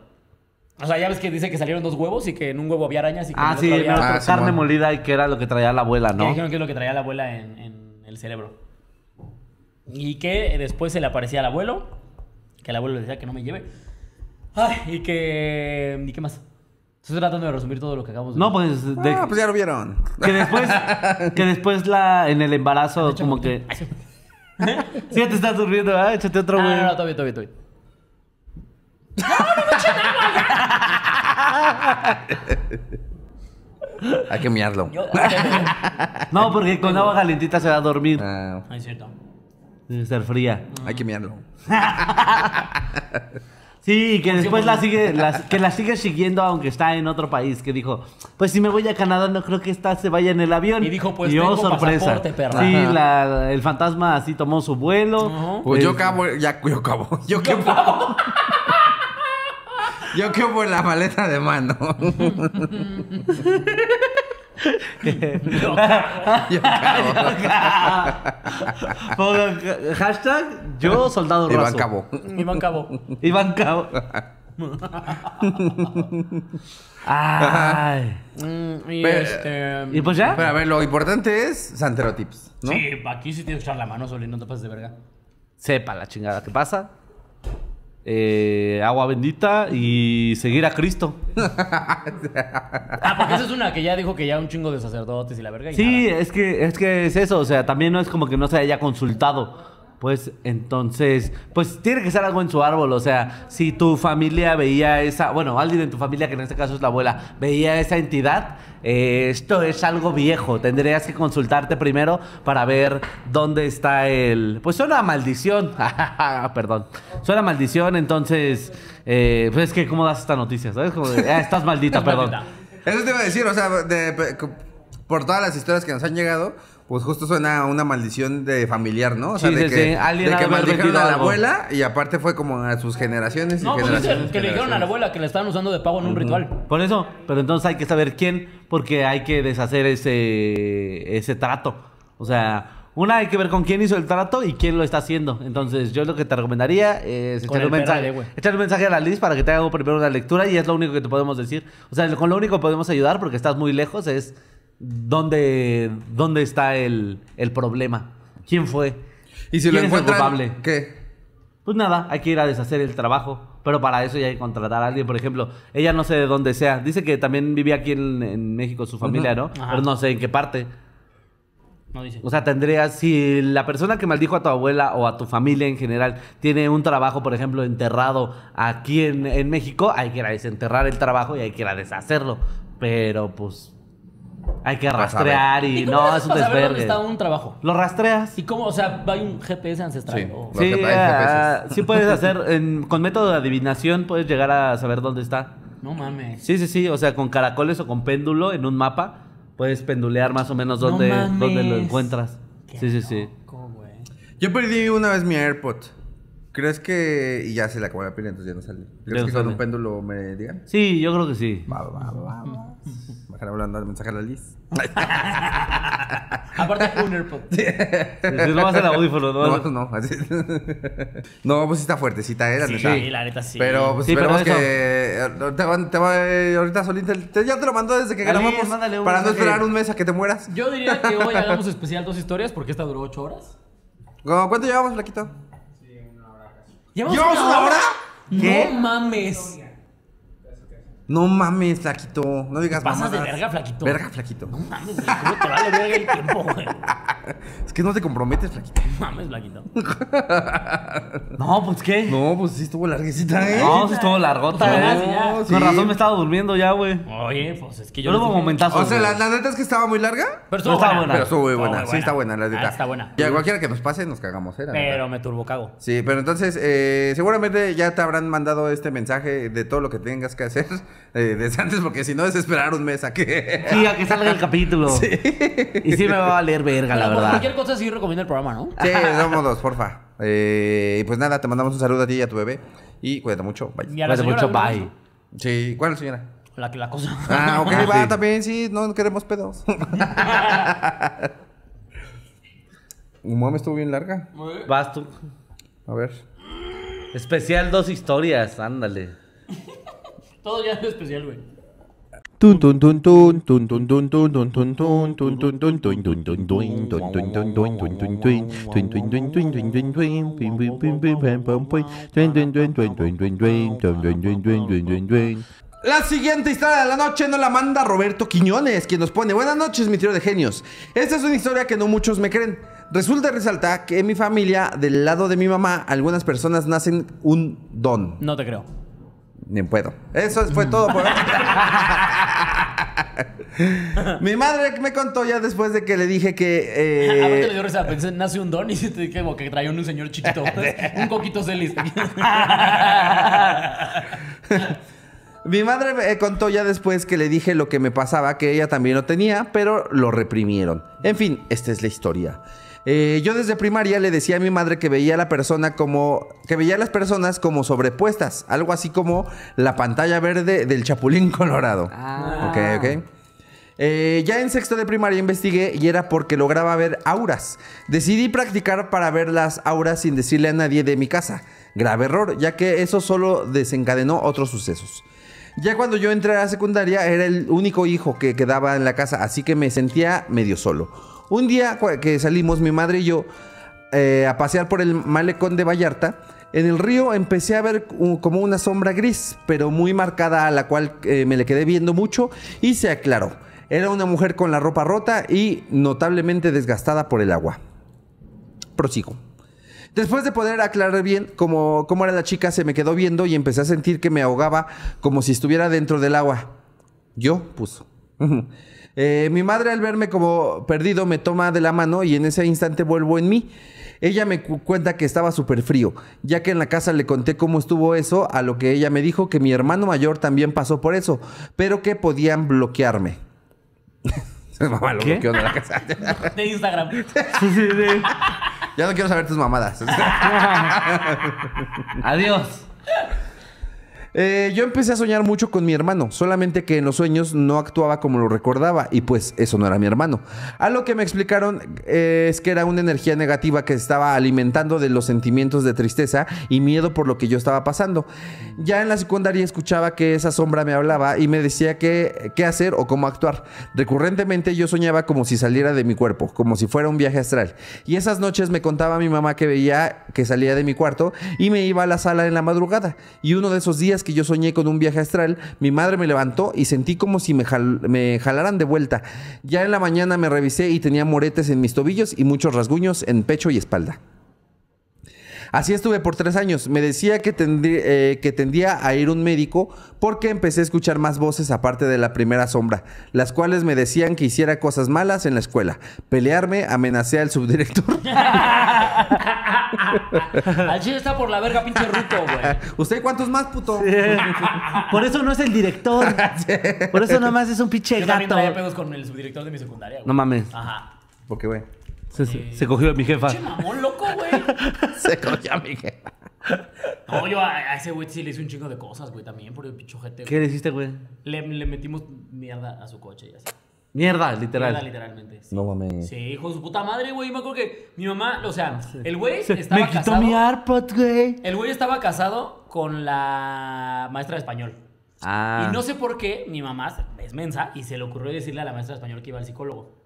S3: O sea, ya ves que dice que salieron dos huevos y que en un huevo había arañas y que en
S4: Ah,
S3: el
S4: sí,
S3: otro había-
S4: pero
S2: Ah,
S4: con
S2: sí,
S4: carne
S2: bueno.
S4: molida y que era lo que traía la abuela,
S3: Que
S4: ¿no?
S3: dijeron que es lo que traía la abuela en, en el cerebro. Y que después se le aparecía al abuelo. Que el abuelo le decía que no me lleve. Ay, y que. ¿Y qué más? Estoy tratando de resumir todo lo que acabamos de
S4: No,
S3: ver.
S4: pues... de-
S2: Ah, pues ya lo vieron.
S4: Que después, que después la, en el embarazo, como que... Sí, ya te estás durmiendo, ¿ah? Échate otro,
S3: Ah,
S4: güey.
S3: no, no, todavía, todavía, todavía.
S2: Hay que mirarlo.
S3: Yo. este,
S4: No, porque con agua calentita se va a dormir.
S2: Ah,
S3: Ay, es cierto.
S4: Debe ser fría.
S2: hay que mirarlo.
S4: Sí, y que después la sigue, la- que la sigue siguiendo aunque está en otro país. Que dijo, pues si me voy a Canadá no creo que esta se vaya en el avión.
S3: Y dijo, pues,
S4: Y, oh,
S3: tengo pasaporte, perra.
S4: Sí,
S2: Ajá.
S4: la- el fantasma así tomó su vuelo.
S3: Ujú.
S2: Pues yo
S4: Es-
S2: cabo, ya, yo cabo. Yo qué Yo quebo en la maleta de mano. Yo cabo.
S4: Pongan hashtag yo soldado
S2: Iván
S4: raso.
S2: Cabo.
S3: Iván Cabo.
S4: Iván Cabo. Ay.
S3: Mm, y
S2: Pero-
S3: este.
S4: Ah, Y pues ya.
S2: Pero a ver, lo importante es Santero Tips, eh, ¿no?
S3: Sí, aquí sí tienes que echar la mano, Solín, no te pases de verga.
S4: sepa la chingada que pasa. Eh, agua bendita y seguir a Cristo.
S3: Ah, porque esa es una que ya dijo que ya un chingo de sacerdotes y la verga. y
S4: Sí, eh, es que, es que es eso. O sea, también no es como que no se haya consultado. Pues entonces, pues tiene que ser algo en su árbol. O sea, si tu familia veía esa, bueno, alguien en tu familia, que en este caso es la abuela, veía esa entidad, eh, esto es algo viejo. Tendrías que consultarte primero para ver dónde está el. Pues suena a maldición. Perdón. Suena a maldición, entonces. eh, pues es que, ¿cómo das esta noticia? ¿Sabes? Como de, "Ah, estás maldita,
S3: Estás
S4: perdón.
S3: maldita.
S2: Eso te iba a decir, o sea, de- pe- co- por todas las historias que nos han llegado, pues justo suena a una maldición de familiar, ¿no? O sea,
S4: Sí,
S2: de
S4: sí,
S2: que,
S4: sí, alguien
S2: de
S4: ha
S2: que
S4: de haber
S2: maldijeron
S4: vendido
S2: a la
S4: algo.
S2: abuela y aparte fue como a sus generaciones y
S3: No, pues dice
S2: generaciones.
S3: que le dijeron a la abuela que la estaban usando de pago en un ritual.
S4: Por eso, pero entonces hay que saber quién, porque hay que deshacer ese, ese trato. O sea, una hay que ver con quién hizo el trato y quién lo está haciendo. Entonces, yo lo que te recomendaría es
S3: Con
S4: echarle un,
S3: el PRD,
S4: mensaje,
S3: güey.
S4: echarle un mensaje a la Liz para que te haga primero una lectura y es lo único que te podemos decir. O sea, con lo único que podemos ayudar, porque estás muy lejos, es dónde, dónde está el, el problema. ¿Quién fue?
S2: Y si lo
S4: ¿Quién es el
S2: encuentran,
S4: culpable?
S2: ¿qué?
S4: Pues nada, hay que ir a deshacer el trabajo. Pero para eso ya hay que contratar a alguien. Por ejemplo, ella no sé de dónde sea. Dice que también vivía aquí en, en México su familia, ¿no?
S3: Ajá.
S4: Pero no sé en qué parte.
S3: No dice.
S4: O sea, tendrías, si la persona que maldijo a tu abuela o a tu familia en general tiene un trabajo, por ejemplo, enterrado aquí en, en México, hay que ir a desenterrar el trabajo y hay que ir a deshacerlo. Pero pues hay que
S2: a ver.
S4: rastrear y,
S3: cómo
S4: no,
S3: haces
S4: es un
S3: para saber dónde
S4: Pues, desvergue.
S3: está un trabajo?
S4: Lo rastreas.
S3: ¿Y cómo? O sea, ¿hay un GPS ancestral? Oh,
S2: Sí.
S3: O-
S2: Lo
S4: Sí,
S2: que traes
S4: ah,
S2: a veces.
S4: sí puedes hacer, en- con método de adivinación puedes llegar a saber dónde está.
S3: No mames.
S4: Sí, sí, sí, o sea, con caracoles o con péndulo en un mapa puedes pendulear más o menos
S3: No
S4: dónde,
S3: mames.
S4: dónde lo encuentras.
S3: Qué
S4: sí, sí, sí.
S3: loco, güey.
S2: Yo perdí una vez mi AirPod. ¿Crees que.? Y ya se le acabó la pila, entonces ya no sale. ¿Crees
S4: no
S2: que con
S4: sale.
S2: un péndulo me digan?
S4: Sí, yo creo que sí.
S2: Va, va, va, va. Bajar hablando al mensaje a la Liz.
S3: Aparte, un AirPod.
S4: Sí, sí, no vas al audífono, no vas-
S2: No, no. así. No, pues sí está fuertecita, era, neta.
S3: Sí, la neta sí.
S2: Pero pues
S4: Sí, pero
S2: esperemos
S4: eso-
S2: que. Te va, te va, eh, ahorita solita. te- ya te lo mandó desde que
S4: Dale,
S2: grabamos.
S4: mándale un
S2: Para no
S4: mensaje.
S2: esperar un mes a que te mueras.
S3: Yo diría que hoy hagamos especial dos historias porque esta duró ocho horas.
S2: ¿Cómo- ¿Cuánto llevamos, Flaquito? ¿Llevamos una hora?
S3: No
S2: ¿Qué?
S3: mames.
S2: No mames, Flaquito. No digas
S3: Pasas de
S2: mamadas.
S3: verga, Flaquito.
S2: Verga, Flaquito.
S3: No mames, güey, ¿cómo te vale verga el tiempo, güey? No
S2: Es que no te comprometes, Flaquito.
S3: mames, Flaquito.
S4: No, pues qué. No,
S2: No, pues sí estuvo larguecita, ¿eh?
S4: sí estuvo largota,
S3: Pues,
S4: eh.
S3: ya.
S2: No, sí.
S4: Con razón me estaba durmiendo ya, güey.
S3: Oye, pues es que yo.
S4: Yo luego
S3: les dije-
S4: momentazo.
S2: O sea, la, la neta es que estaba muy larga.
S3: Pero estuvo
S4: No está
S3: buena.
S4: buena.
S2: Pero estuvo muy
S3: Estuvo
S2: buena.
S3: muy
S2: Sí, está buena, la
S3: buena.
S2: neta.
S3: Ah, está buena.
S2: Y a cualquiera que nos pase, nos cagamos, ¿eh? la neta.
S3: Pero me turbocago.
S2: Sí, pero entonces, eh, seguramente ya te habrán mandado este mensaje de todo lo que tengas que hacer eh, desde antes, porque si no es esperar un mes a que.
S4: Sí, a que salga el capítulo. Y sí me va a valer verga, la
S3: Pero por
S4: verdad.
S3: Cualquier cosa sí recomiendo el programa, ¿no?
S2: Sí, somos dos, porfa. Eh, y pues nada, te mandamos un saludo a ti y a tu bebé. Y cuídate mucho. Bye.
S3: Y a la
S4: Cuídate
S3: señora,
S4: mucho,
S3: ¿no?
S4: bye.
S2: Sí, ¿cuál señora?
S3: La que la cosa.
S2: Ah, ok,
S4: Ah,
S2: va,
S4: sí.
S2: también, sí, no queremos pedos. Mami estuvo bien larga.
S4: Vas tú.
S2: A ver.
S4: Especial dos historias, ándale.
S3: Todo ya es especial, güey.
S5: Tun tun tun tun tun tun tun tun tun tun tun tun tun tun tun tun tun tun tun tun tun tun tun tun tun tun tun tun tun tun tun tun pim pim pim pim pam pam pum tun tun tun tun tun tun tun tun tun tun tun tun tun tun
S2: La siguiente historia de la noche nos la manda Roberto Quiñones, quien nos pone Buenas noches, mi trío de genios. Esta es una historia que no muchos me creen. Resulta y resalta que en mi familia, del lado de mi mamá, algunas personas nacen un don.
S3: No te creo.
S2: Ni puedo. Eso fue todo por hoy. Mi madre me contó ya después de que le dije que... eh,
S3: Aparte le dio risa, pensé, nace un don y se te dije como que traía un señor chiquito. un coquito celis.
S2: Mi madre me contó ya después que le dije lo que me pasaba, que ella también lo tenía, pero lo reprimieron. En fin, esta es la historia. Eh, yo desde primaria le decía a mi madre que veía a la persona como. que veía a las personas como sobrepuestas. Algo así como la pantalla verde del Chapulín Colorado.
S4: Ah.
S2: Ok, ok. Eh, ya en sexto de primaria investigué y era porque lograba ver auras. Decidí practicar para ver las auras sin decirle a nadie de mi casa. Grave error, ya que eso solo desencadenó otros sucesos. Ya cuando yo entré a la secundaria era el único hijo que quedaba en la casa, así que me sentía medio solo. Un día cua- que salimos mi madre y yo eh, a pasear por el malecón de Vallarta, en el río empecé a ver u- como una sombra gris, pero muy marcada a la cual eh, me le quedé viendo mucho y se aclaró. Era una mujer con la ropa rota y notablemente desgastada por el agua. Prosigo. Después de poder aclarar bien cómo, cómo era la chica, se me quedó viendo y empecé a sentir que me ahogaba como si estuviera dentro del agua. Yo puso. Eh, mi madre al verme como perdido me toma de la mano y en ese instante vuelvo en mí. Ella me cu- cuenta que estaba súper frío, ya que en la casa le conté cómo estuvo eso, a lo que ella me dijo que mi hermano mayor también pasó por eso, pero que podían bloquearme. Mamá, lo
S4: ¿Qué?
S2: bloqueó de la casa.
S3: de Instagram.
S4: Sí, sí, sí.
S2: ya no quiero saber tus mamadas.
S4: Adiós.
S2: Eh, yo empecé a soñar mucho con mi hermano, solamente que en los sueños no actuaba como lo recordaba y pues eso no era mi hermano. A lo que me explicaron eh, es que era una energía negativa que estaba alimentando de los sentimientos de tristeza y miedo por lo que yo estaba pasando. Ya en la secundaria escuchaba que esa sombra me hablaba y me decía qué, qué hacer o cómo actuar. Recurrentemente yo soñaba como si saliera de mi cuerpo, como si fuera un viaje astral. Y esas noches me contaba mi mamá que veía que salía de mi cuarto y me iba a la sala en la madrugada. Y uno de esos días que yo soñé con un viaje astral, mi madre me levantó y sentí como si me, jal- me jalaran de vuelta. Ya en la mañana me revisé y tenía moretes en mis tobillos y muchos rasguños en pecho y espalda. Así estuve por tres años. Me decía que, tendrí- eh, que tendía a ir un médico porque empecé a escuchar más voces aparte de la primera sombra, las cuales me decían que hiciera cosas malas en la escuela. Pelearme, amenacé al subdirector.
S3: Al chile está por la verga, pinche ruco, güey.
S2: ¿Usted cuántos más, puto?
S4: Por eso no es el director. Por eso nomás es un pinche
S3: Yo también
S4: gato.
S3: traía pegos con el subdirector de mi secundaria, güey.
S4: No mames.
S3: Ajá.
S2: Porque, güey.
S4: Se, se- se cogió a mi jefa.
S3: Che, mamón, loco, güey.
S2: Se cogió a mi jefa.
S3: No, yo a, a ese güey sí le hice un chingo de cosas, güey, también por el pichojete.
S4: ¿Qué le hiciste, güey?
S3: Le, le metimos mierda a su coche y así.
S4: Mierda,
S3: Mierda,
S4: literal.
S3: literalmente. sí.
S2: No mames.
S3: Sí, hijo de su puta madre, güey. Yo Me acuerdo que mi mamá, o sea, el güey
S4: Se-
S3: estaba
S4: me quitó
S3: casado.
S4: mi AirPod, güey.
S3: El güey estaba casado con la maestra de español.
S4: Ah.
S3: Y no sé por qué mi mamá es mensa y se le ocurrió decirle a la maestra de español que iba al psicólogo.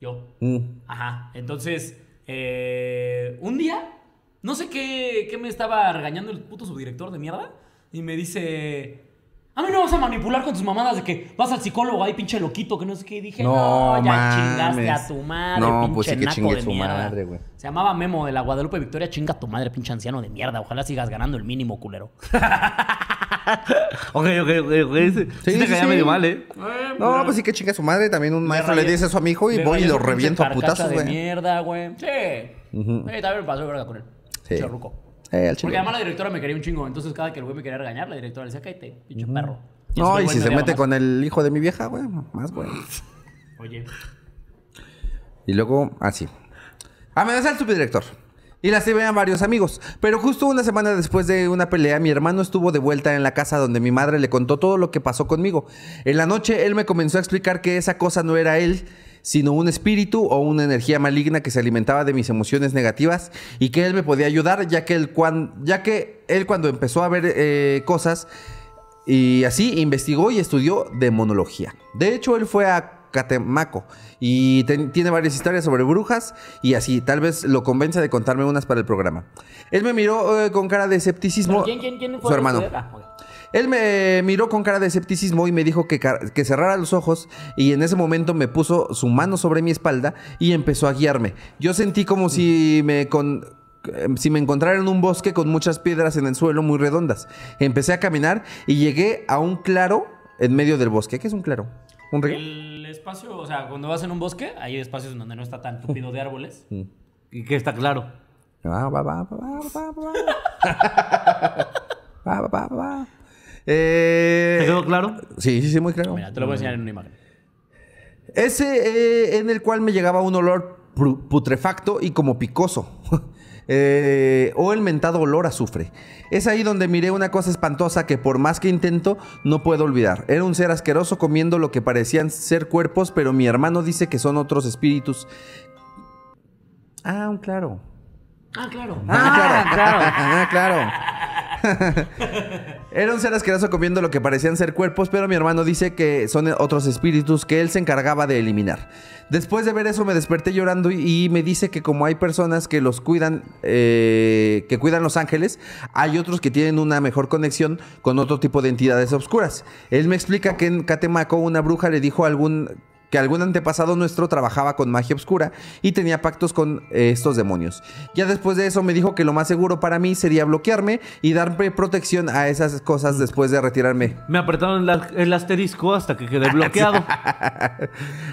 S3: Yo.
S2: Mm.
S3: Ajá. Entonces, eh, un día, no sé qué, qué me estaba regañando el puto subdirector de mierda. Y me dice. A mí no vas a manipular con tus mamadas de que vas al psicólogo ahí, pinche loquito, que no sé qué. Y dije, no,
S2: No,
S3: ya
S2: mames.
S3: chingaste a tu madre,
S2: No,
S3: pinche
S2: pues sí que
S3: naco
S2: chingue
S3: de
S2: su
S3: mierda".
S2: madre, güey.
S3: Se llamaba Memo de la Guadalupe Victoria, chinga tu madre, pinche anciano de mierda. Ojalá sigas ganando el mínimo, culero.
S4: Ok, ok, ok, ok. Sí,
S2: Sí,
S4: te
S2: sí,
S4: caía
S2: sí.
S4: medio mal, ¿eh?
S2: No, pues sí que chinga su madre. También un maestro le
S3: rayé-
S2: dice eso a mi hijo y
S3: le
S2: voy y
S3: rayé
S2: lo
S3: su pinche
S2: reviento a
S3: carcasa
S2: putazos,
S3: de
S2: güey.
S3: mierda, güey. Sí. Eh, también me pasó de verga con él.
S2: Sí.
S3: Charruco.
S2: Eh, al
S3: Porque
S2: chile.
S3: además la directora me quería un chingo. Entonces, cada que el güey me quería regañar, la directora le decía, cállate, pinche perro.
S2: No,
S3: ese
S2: y
S3: güey
S2: si se
S3: me odiaba
S2: mete
S3: más.
S2: con el hijo de mi vieja, güey, más, güey.
S3: Oye.
S2: Y luego, así. Ah, Amenaza al subdirector. Y la vean varios amigos. Pero justo una semana después de una pelea, mi hermano estuvo de vuelta en la casa donde mi madre le contó todo lo que pasó conmigo. En la noche, él me comenzó a explicar que esa cosa no era él, sino un espíritu o una energía maligna que se alimentaba de mis emociones negativas y que él me podía ayudar, ya que él, cuan- ya que él cuando empezó a ver eh, cosas, y así investigó y estudió demonología. De hecho, él fue a Catemaco y ten- tiene varias historias sobre brujas y así. Tal vez lo convenza de contarme unas para el programa. Él me miró eh, con cara de escepticismo.
S3: ¿Pero ¿Quién, quién, quién fue
S2: su
S3: a
S2: hermano.
S3: estudiar? Ah, ok.
S2: Él me miró con cara de escepticismo y me dijo que, ca- que cerrara los ojos y en ese momento me puso su mano sobre mi espalda y empezó a guiarme. Yo sentí como si me con- eh, si me encontrara en un bosque con muchas piedras en el suelo muy redondas. Empecé a caminar y llegué a un claro en medio del bosque. ¿Qué es un claro? ¿Un río?
S3: El espacio, o sea, cuando vas en un bosque, hay espacios en donde no está tan tupido de árboles.
S2: Mm.
S4: Y que está claro.
S2: Ah, va, va, va, va, va, va. Va, va, va, va. Eh,
S4: ¿Te quedó claro?
S2: sí, sí, sí, muy claro.
S3: Mira, te lo voy a enseñar en una imagen.
S2: Ese eh, en el cual me llegaba un olor pru- putrefacto y como picoso. Eh, o el mentado olor a azufre. Es ahí donde miré una cosa espantosa que por más que intento no puedo olvidar. Era un ser asqueroso comiendo lo que parecían ser cuerpos, pero mi hermano dice que son otros espíritus. Ah, un claro.
S3: Ah, claro.
S2: Ah, claro. Ah, claro. Ah, Era un ser asqueroso comiendo lo que parecían ser cuerpos, pero mi hermano dice que son otros espíritus que él se encargaba de eliminar. Después de ver eso me desperté llorando y, y me dice que como hay personas que los cuidan, eh, que cuidan los ángeles, hay otros que tienen una mejor conexión con otro tipo de entidades obscuras. Él me explica que en Catemaco una bruja le dijo a algún que algún antepasado nuestro trabajaba con magia oscura y tenía pactos con eh, estos demonios. Ya después de eso me dijo que lo más seguro para mí sería bloquearme y darme protección a esas cosas después de retirarme.
S4: Me apretaron la- el asterisco hasta que quedé bloqueado.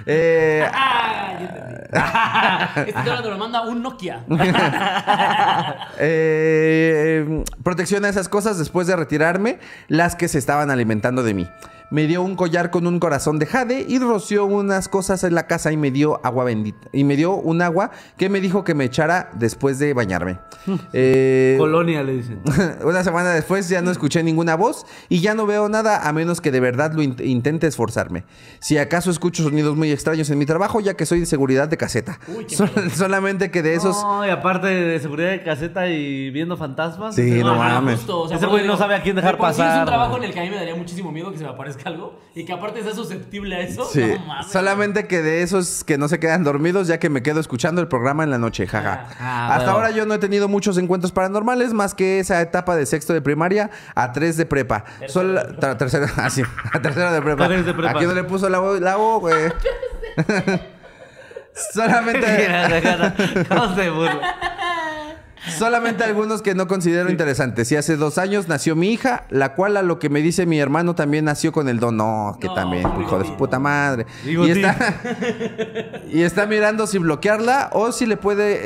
S2: Eh,
S3: Ah, yo entendí. este dólar te lo manda un Nokia.
S2: eh, protección a esas cosas después de retirarme, las que se estaban alimentando de mí. Me dio un collar con un corazón de jade y roció unas cosas en la casa y me dio agua bendita. Y me dio un agua que me dijo que me echara después de bañarme. Eh,
S4: Colonia, le dicen.
S2: Una semana después ya no escuché ninguna voz y ya no veo nada a menos que de verdad lo in- intente esforzarme. Si acaso escucho sonidos muy extraños en mi trabajo, ya que soy de seguridad de caseta.
S3: Uy, qué
S2: Sol- solamente que de esos.
S4: No, y aparte de seguridad de caseta y viendo fantasmas.
S2: Sí,
S4: ese
S2: no
S4: güey-
S3: Ah,
S2: mames.
S4: Ese güey no sabe a quién dejar
S3: por sí Es
S4: pasar,
S3: un trabajo
S4: güey.
S3: en el que a mí me daría muchísimo miedo que se me aparezca ofrezca algo y que aparte sea susceptible a eso.
S2: Sí,
S3: no mames.
S2: solamente que de esos que no se quedan dormidos, ya que me quedo escuchando el programa en la noche, jaja.
S3: Ah,
S2: Hasta
S3: bueno.
S2: ahora yo no he tenido muchos encuentros paranormales, más que esa etapa de sexto de primaria a tres de prepa. Solo tra- tercera, ah, sí, a tercera de prepa.
S4: A tres de prepa.
S2: Aquí no le puso la O, la O, güey. solamente,
S4: ¿Cómo se burla?
S2: solamente algunos que no considero interesantes. Y hace dos años nació mi hija, la cual a lo que me dice mi hermano también nació con el don. No, que
S3: No,
S2: también, hijo de su
S3: bigotito.
S2: puta madre. Y
S4: Bigotín.
S2: está, y está mirando si bloquearla o si le puede.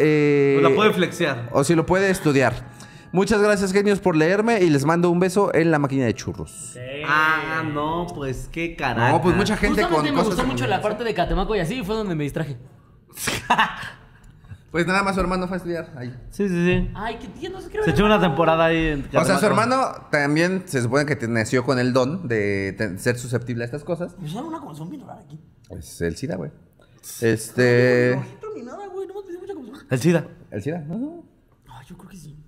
S2: eh,
S4: La puede flexear.
S2: o si lo puede estudiar. Muchas gracias, genios, por leerme y les mando un beso en la máquina de churros.
S3: Sí.
S4: Ah, no, pues qué carajo.
S2: Eh. No, pues mucha gente
S3: Justamente
S2: con
S3: me
S2: cosas. ¿eh?
S3: gustó mucho la parte de Catemaco y así fue donde me distraje.
S2: Pues nada más su hermano fue a estudiar ahí.
S4: Sí, sí, sí.
S3: Ay, que tío, no se quiere
S4: Se
S3: ver
S4: echó una
S3: nada.
S4: temporada ahí en
S2: O sea,
S4: Catemaco.
S2: su hermano también se supone que te- nació con el don de te- ser susceptible a estas cosas.
S3: Me suena una comisión bien rara aquí.
S2: Es Pues, el SIDA, güey. Este.
S3: No entro ni nada, güey. No me dio mucha comisión.
S4: El SIDA.
S2: El SIDA, ¿no?
S3: Ay, yo creo que sí.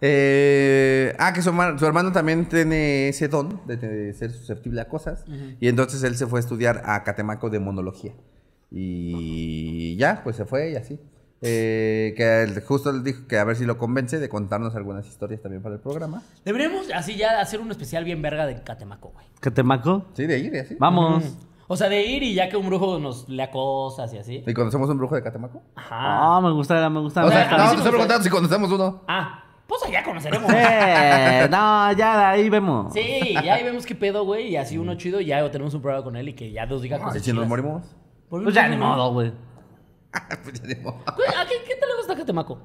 S2: Eh, ah, que su, herma- su hermano también tiene ese don de, de ser susceptible a cosas. Y entonces él se fue a estudiar a Catemaco de monología. Y ya, pues se fue y así. Eh, que él- justo él dijo que a ver si lo convence de contarnos algunas historias también para el programa.
S3: Deberíamos así ya hacer un especial bien verga de Catemaco, güey.
S4: ¿Catemaco?
S2: Sí, de ir y así.
S4: Vamos.
S3: O sea, de ir y ya que un brujo nos lea cosas y así.
S2: ¿Y conocemos un brujo de Catemaco?
S3: Ajá.
S4: Ah, me gusta, me gusta.
S2: O
S4: me
S2: sea,
S4: gusta.
S3: a mí
S2: no, te estoy
S3: sí me gusta.
S2: preguntando si conocemos uno.
S3: Ah, pues allá conoceremos.
S4: Eh, no, ya de ahí vemos.
S3: Sí, ya ahí vemos qué pedo, güey. Y así uno chido, ya tenemos un programa con él y que ya pues, nos diga
S2: Ay,
S3: cosas.
S2: Ah, si nos
S3: chidas.
S2: morimos.
S3: Por
S4: Pues ya
S3: mí,
S4: ni
S3: no.
S4: modo, güey.
S2: Pues ya ni modo.
S3: Güey, ¿a qué, qué tal le gusta Catemaco?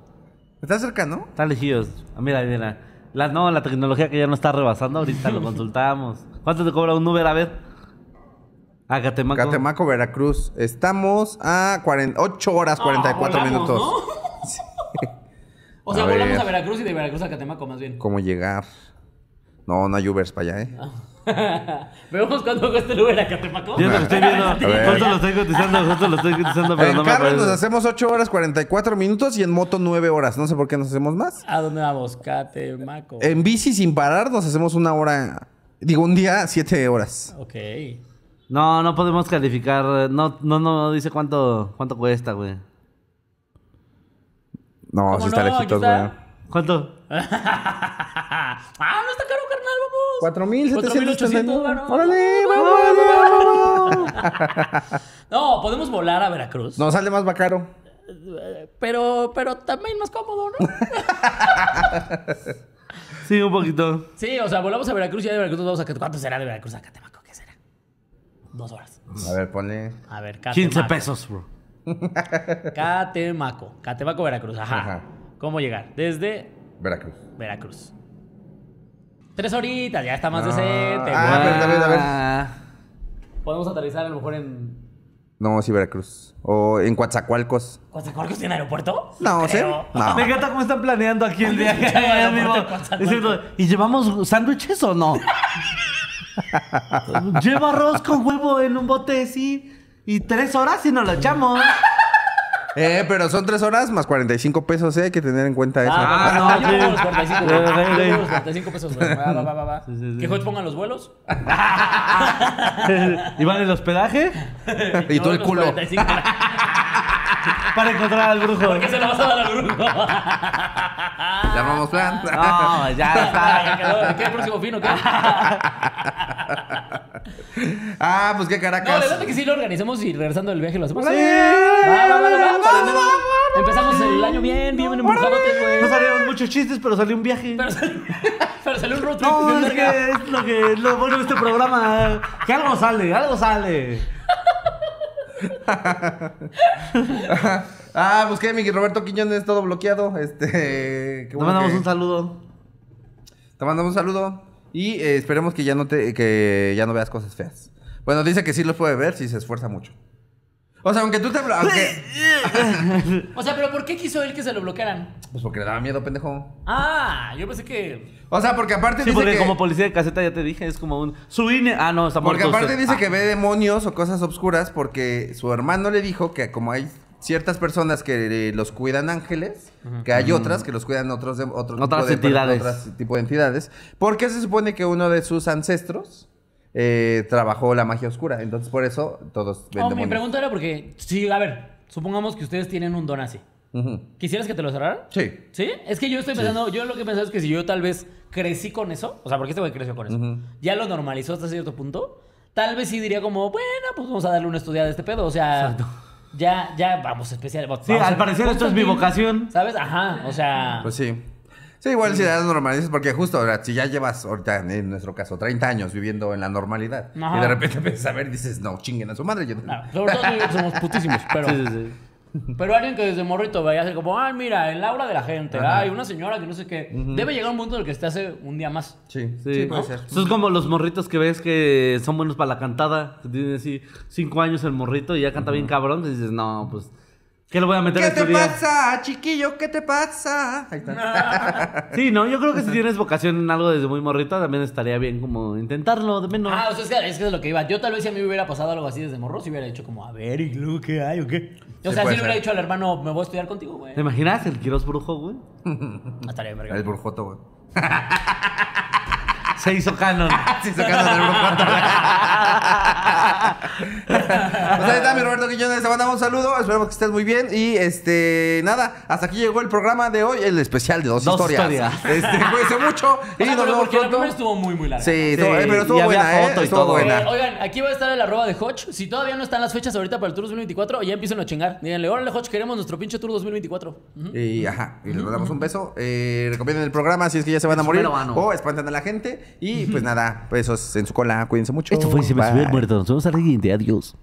S2: Está cerca, ¿no?
S4: Están elegidos. Ah, Mira, mira. La, no, la tecnología que ya no está rebasando, ahorita lo consultamos. ¿Cuánto te cobra un Uber? A ver. A Catemaco.
S2: Catemaco, Veracruz. Estamos a 8 horas 44
S3: Ah, volamos,
S2: minutos.
S3: ¿no? o sea,
S2: A
S3: volamos
S2: ver.
S3: a Veracruz y de Veracruz a Catemaco, más bien.
S2: ¿Cómo llegar? No, no hay Ubers para allá, ¿eh?
S3: Veamos cuánto cuesta el Uber este a Catemaco.
S4: Yo es lo que estoy viendo.
S2: ver.
S4: Justo lo estoy cotizando, justo lo estoy cotizando, pero
S2: en
S4: no me
S2: carro nos
S4: acuerdo.
S2: hacemos 8 horas 44 minutos y en moto 9 horas. No sé por qué nos hacemos más.
S3: ¿A dónde vamos? Catemaco.
S2: En bici sin parar nos hacemos una hora. Digo, un día 7 horas.
S3: Ok.
S4: No, no podemos calificar. No, no, no dice cuánto, cuánto cuesta, güey.
S2: No,
S3: ¿Cómo
S2: sí está
S3: no?
S2: lejitos,
S3: Aquí está.
S2: güey.
S4: ¿Cuánto?
S3: ah, no está caro, carnal, vamos.
S2: 4700.
S3: 4,700,
S2: Órale,
S3: varo.
S2: vamos, vamos, vamos.
S3: No, podemos volar a Veracruz.
S2: Nos sale más bacaro.
S3: Pero, pero también más cómodo, ¿no?
S4: Sí, un poquito.
S3: sí, o sea, volamos a Veracruz y ya de Veracruz nos vamos a Catemaco. ¿Cuánto será de Veracruz a Catemaco? ¿Qué será? Dos horas.
S2: A ver, ponle.
S3: A ver, Catemaco.
S4: 15 pesos, bro.
S3: Catemaco. Catemaco, Veracruz. Ajá.
S2: Ajá.
S3: ¿Cómo llegar? Desde
S2: Veracruz.
S3: Veracruz. Tres horitas, ya está más
S2: Ah,
S3: decente.
S2: ah,
S3: güey.
S2: pero- a ver, a ver.
S4: Ah.
S3: Podemos aterrizar a lo mejor en.
S2: No, sí, Veracruz. O en Coatzacoalcos.
S3: ¿Coatzacoalcos tiene aeropuerto?
S2: No, sí.
S3: creo.
S2: No.
S4: Me encanta cómo están planeando aquí el día que
S3: Pinche
S4: allá
S3: aeropuerto
S4: vivo.
S3: de Coatzacoalcos.
S4: Diciendo, ¿y llevamos sándwiches o no? Lleva arroz con huevo en un bote, sí. Y tres horas y nos lo echamos.
S2: Eh, pero son 3 horas más 45 pesos, eh. Hay que tener en cuenta eso.
S4: Ah, no,
S3: Ah, no, yo
S4: sí.
S3: llevo los 45, güey. Yo
S4: Sí, sí, sí.
S3: llevo los 45 pesos, güey. Va, va, va, va, va.
S4: Sí, sí, sí.
S3: Que Hodge pongan los vuelos.
S4: ¿Y van el hospedaje?
S2: y tú
S3: yo
S2: el
S3: los
S2: culo.
S3: 45.
S4: Para encontrar al brujo.
S3: ¿Por qué se lo vas a dar al grupo?
S2: Llamamos plan.
S4: Ah, No, ya
S3: ¿Qué próximo fino? ¿Qué?
S2: Ah, pues qué
S3: No, le
S2: caracas.
S3: late que sí lo organizamos y regresando del viaje lo hacemos.
S2: Sí.
S3: Va, va, va, va, va, para nada. Empezamos el año bien, bien empujadotes,
S4: está. No
S3: güey.
S4: salieron muchos chistes, pero salió un viaje.
S3: Pero salió, pero salió un road trip.
S4: No,
S3: bien
S4: es
S3: verga.
S4: que es lo, que, es lo bueno de este programa. Que algo sale, algo sale.
S2: Ah, pues qué, mi Roberto Quiñones, todo bloqueado. Este. qué
S4: Nos
S2: bueno
S4: mandamos
S2: que-
S4: un saludo.
S2: Te mandamos un saludo. Y eh, esperemos que ya no te. que ya no veas cosas feas. Bueno, dice que sí los puede ver si se esfuerza mucho. O sea, aunque tú te. blo- aunque-
S3: O sea, pero ¿por qué quiso él que se lo bloquearan?
S2: Pues porque le daba miedo, pendejo.
S3: Ah, yo pensé que.
S2: O sea, porque aparte
S4: Sí,
S2: dice
S4: porque
S2: que.
S4: como policía de caseta ya te dije, es como un... Su INE... Ah, no, está
S2: Porque
S4: muerto
S2: aparte
S4: usted.
S2: dice
S4: Ah.
S2: que ve demonios o cosas obscuras porque su hermano le dijo que como hay ciertas personas que eh, los cuidan ángeles, que hay otras que los cuidan otros de- otro tipo
S4: Otras
S2: de,
S4: entidades.
S2: otras tipo de entidades, porque se supone que uno de sus ancestros eh, trabajó la magia oscura. Entonces, por eso todos ven
S3: No, oh, mi
S2: demonios.
S3: pregunta era porque, sí, a ver, supongamos que ustedes tienen un don así.
S2: Ujú.
S3: ¿Quisieras que te lo cerraran?
S2: Sí.
S3: ¿Sí? Es que yo estoy pensando, yo lo que pensaba es que si yo tal vez crecí con eso, o sea, porque este güey creció con eso, ya lo normalizó hasta cierto punto, tal vez sí diría como, bueno, pues vamos a darle una estudiada a este pedo, o sea, ya, ya, vamos especial. va-
S4: Ah, Sí,
S3: vamos
S4: al
S3: a-
S4: parecer esto es mi vocación.
S3: ¿Sabes? Ajá, o sea,
S2: Pues sí. Sí, igual si la normalizas, porque justo ahora, si ya llevas ahorita, en nuestro caso, 30 años viviendo en la normalidad,
S3: Ajá.
S2: y de repente empiezas a ver, dices, no, chinguen a su madre. Yo...
S3: claro, sobre todo tú y yo que somos putísimos, pero...
S4: Sí, sí, sí.
S3: Pero alguien que desde morrito vaya a ser como, ay, mira, el aura de la gente, ay, una señora que no sé qué. Debe llegar un punto en el que te hace un día más.
S2: Sí, sí,
S4: Sí,
S2: puede
S4: ¿no?
S2: ser.
S4: Eso es como los morritos que ves que son buenos para la cantada. Que tienen así cinco años el morrito y ya canta bien cabrón. Y dices, no, pues, ¿qué le voy a meter a
S2: ¿Qué
S4: este
S2: te
S4: día?
S2: pasa, chiquillo? ¿Qué te pasa? Ahí está.
S4: Sí, no, yo creo que si tienes vocación en algo desde muy morrito, también estaría bien como intentarlo, de menos.
S3: Ah, o sea, es que, es que es lo que iba. Yo tal vez si a mí me hubiera pasado algo así desde morro, si hubiera hecho como, a ver, ¿y luego qué hay o qué? O
S2: Sí,
S3: sea, si
S2: puede
S3: le hubiera
S2: ser.
S3: dicho al hermano, me voy a estudiar contigo, güey. Ah,
S4: ¿Te imaginas el Quiroz Brujo, güey?
S3: Estaría de
S2: El
S3: verga.
S2: burjoto, güey.
S4: Se hizo canon.
S2: Sí, sacando del burjoto. Pues ahí está mi Roberto Quiñones, te mandamos un saludo, esperemos que estés muy bien y este nada, hasta aquí llegó el programa de hoy, el especial de dos,
S4: Dos
S2: historias.
S4: historias.
S2: Este, cuídense mucho y
S3: O sea,
S2: nos
S3: pero
S2: vemos
S3: porque la
S2: pronto.
S3: primera estuvo muy, muy larga.
S2: Sí, estuvo- eh, pero estuvo
S4: y había
S2: buena,
S4: foto
S2: ¿eh?
S4: y
S2: Estuvo
S4: todo.
S2: buena.
S3: Eh, oigan, aquí va a estar el arroba de Hodge. Si todavía no están las fechas ahorita para el Tour 2024, ya empiecen a chingar. Díganle, órale, Hodge, queremos nuestro pinche Tour 2024. Ujú.
S2: Y ajá, y les mandamos un beso. Eh, recomienden el programa si es que ya se van a morir.
S4: mero ano.
S2: O espantan a la gente. Y pues nada, besos en su cola. Cuídense mucho.
S4: Esto fue Se me
S2: Bye.
S4: subió el muerto. Nos vemos al siguiente. Adiós.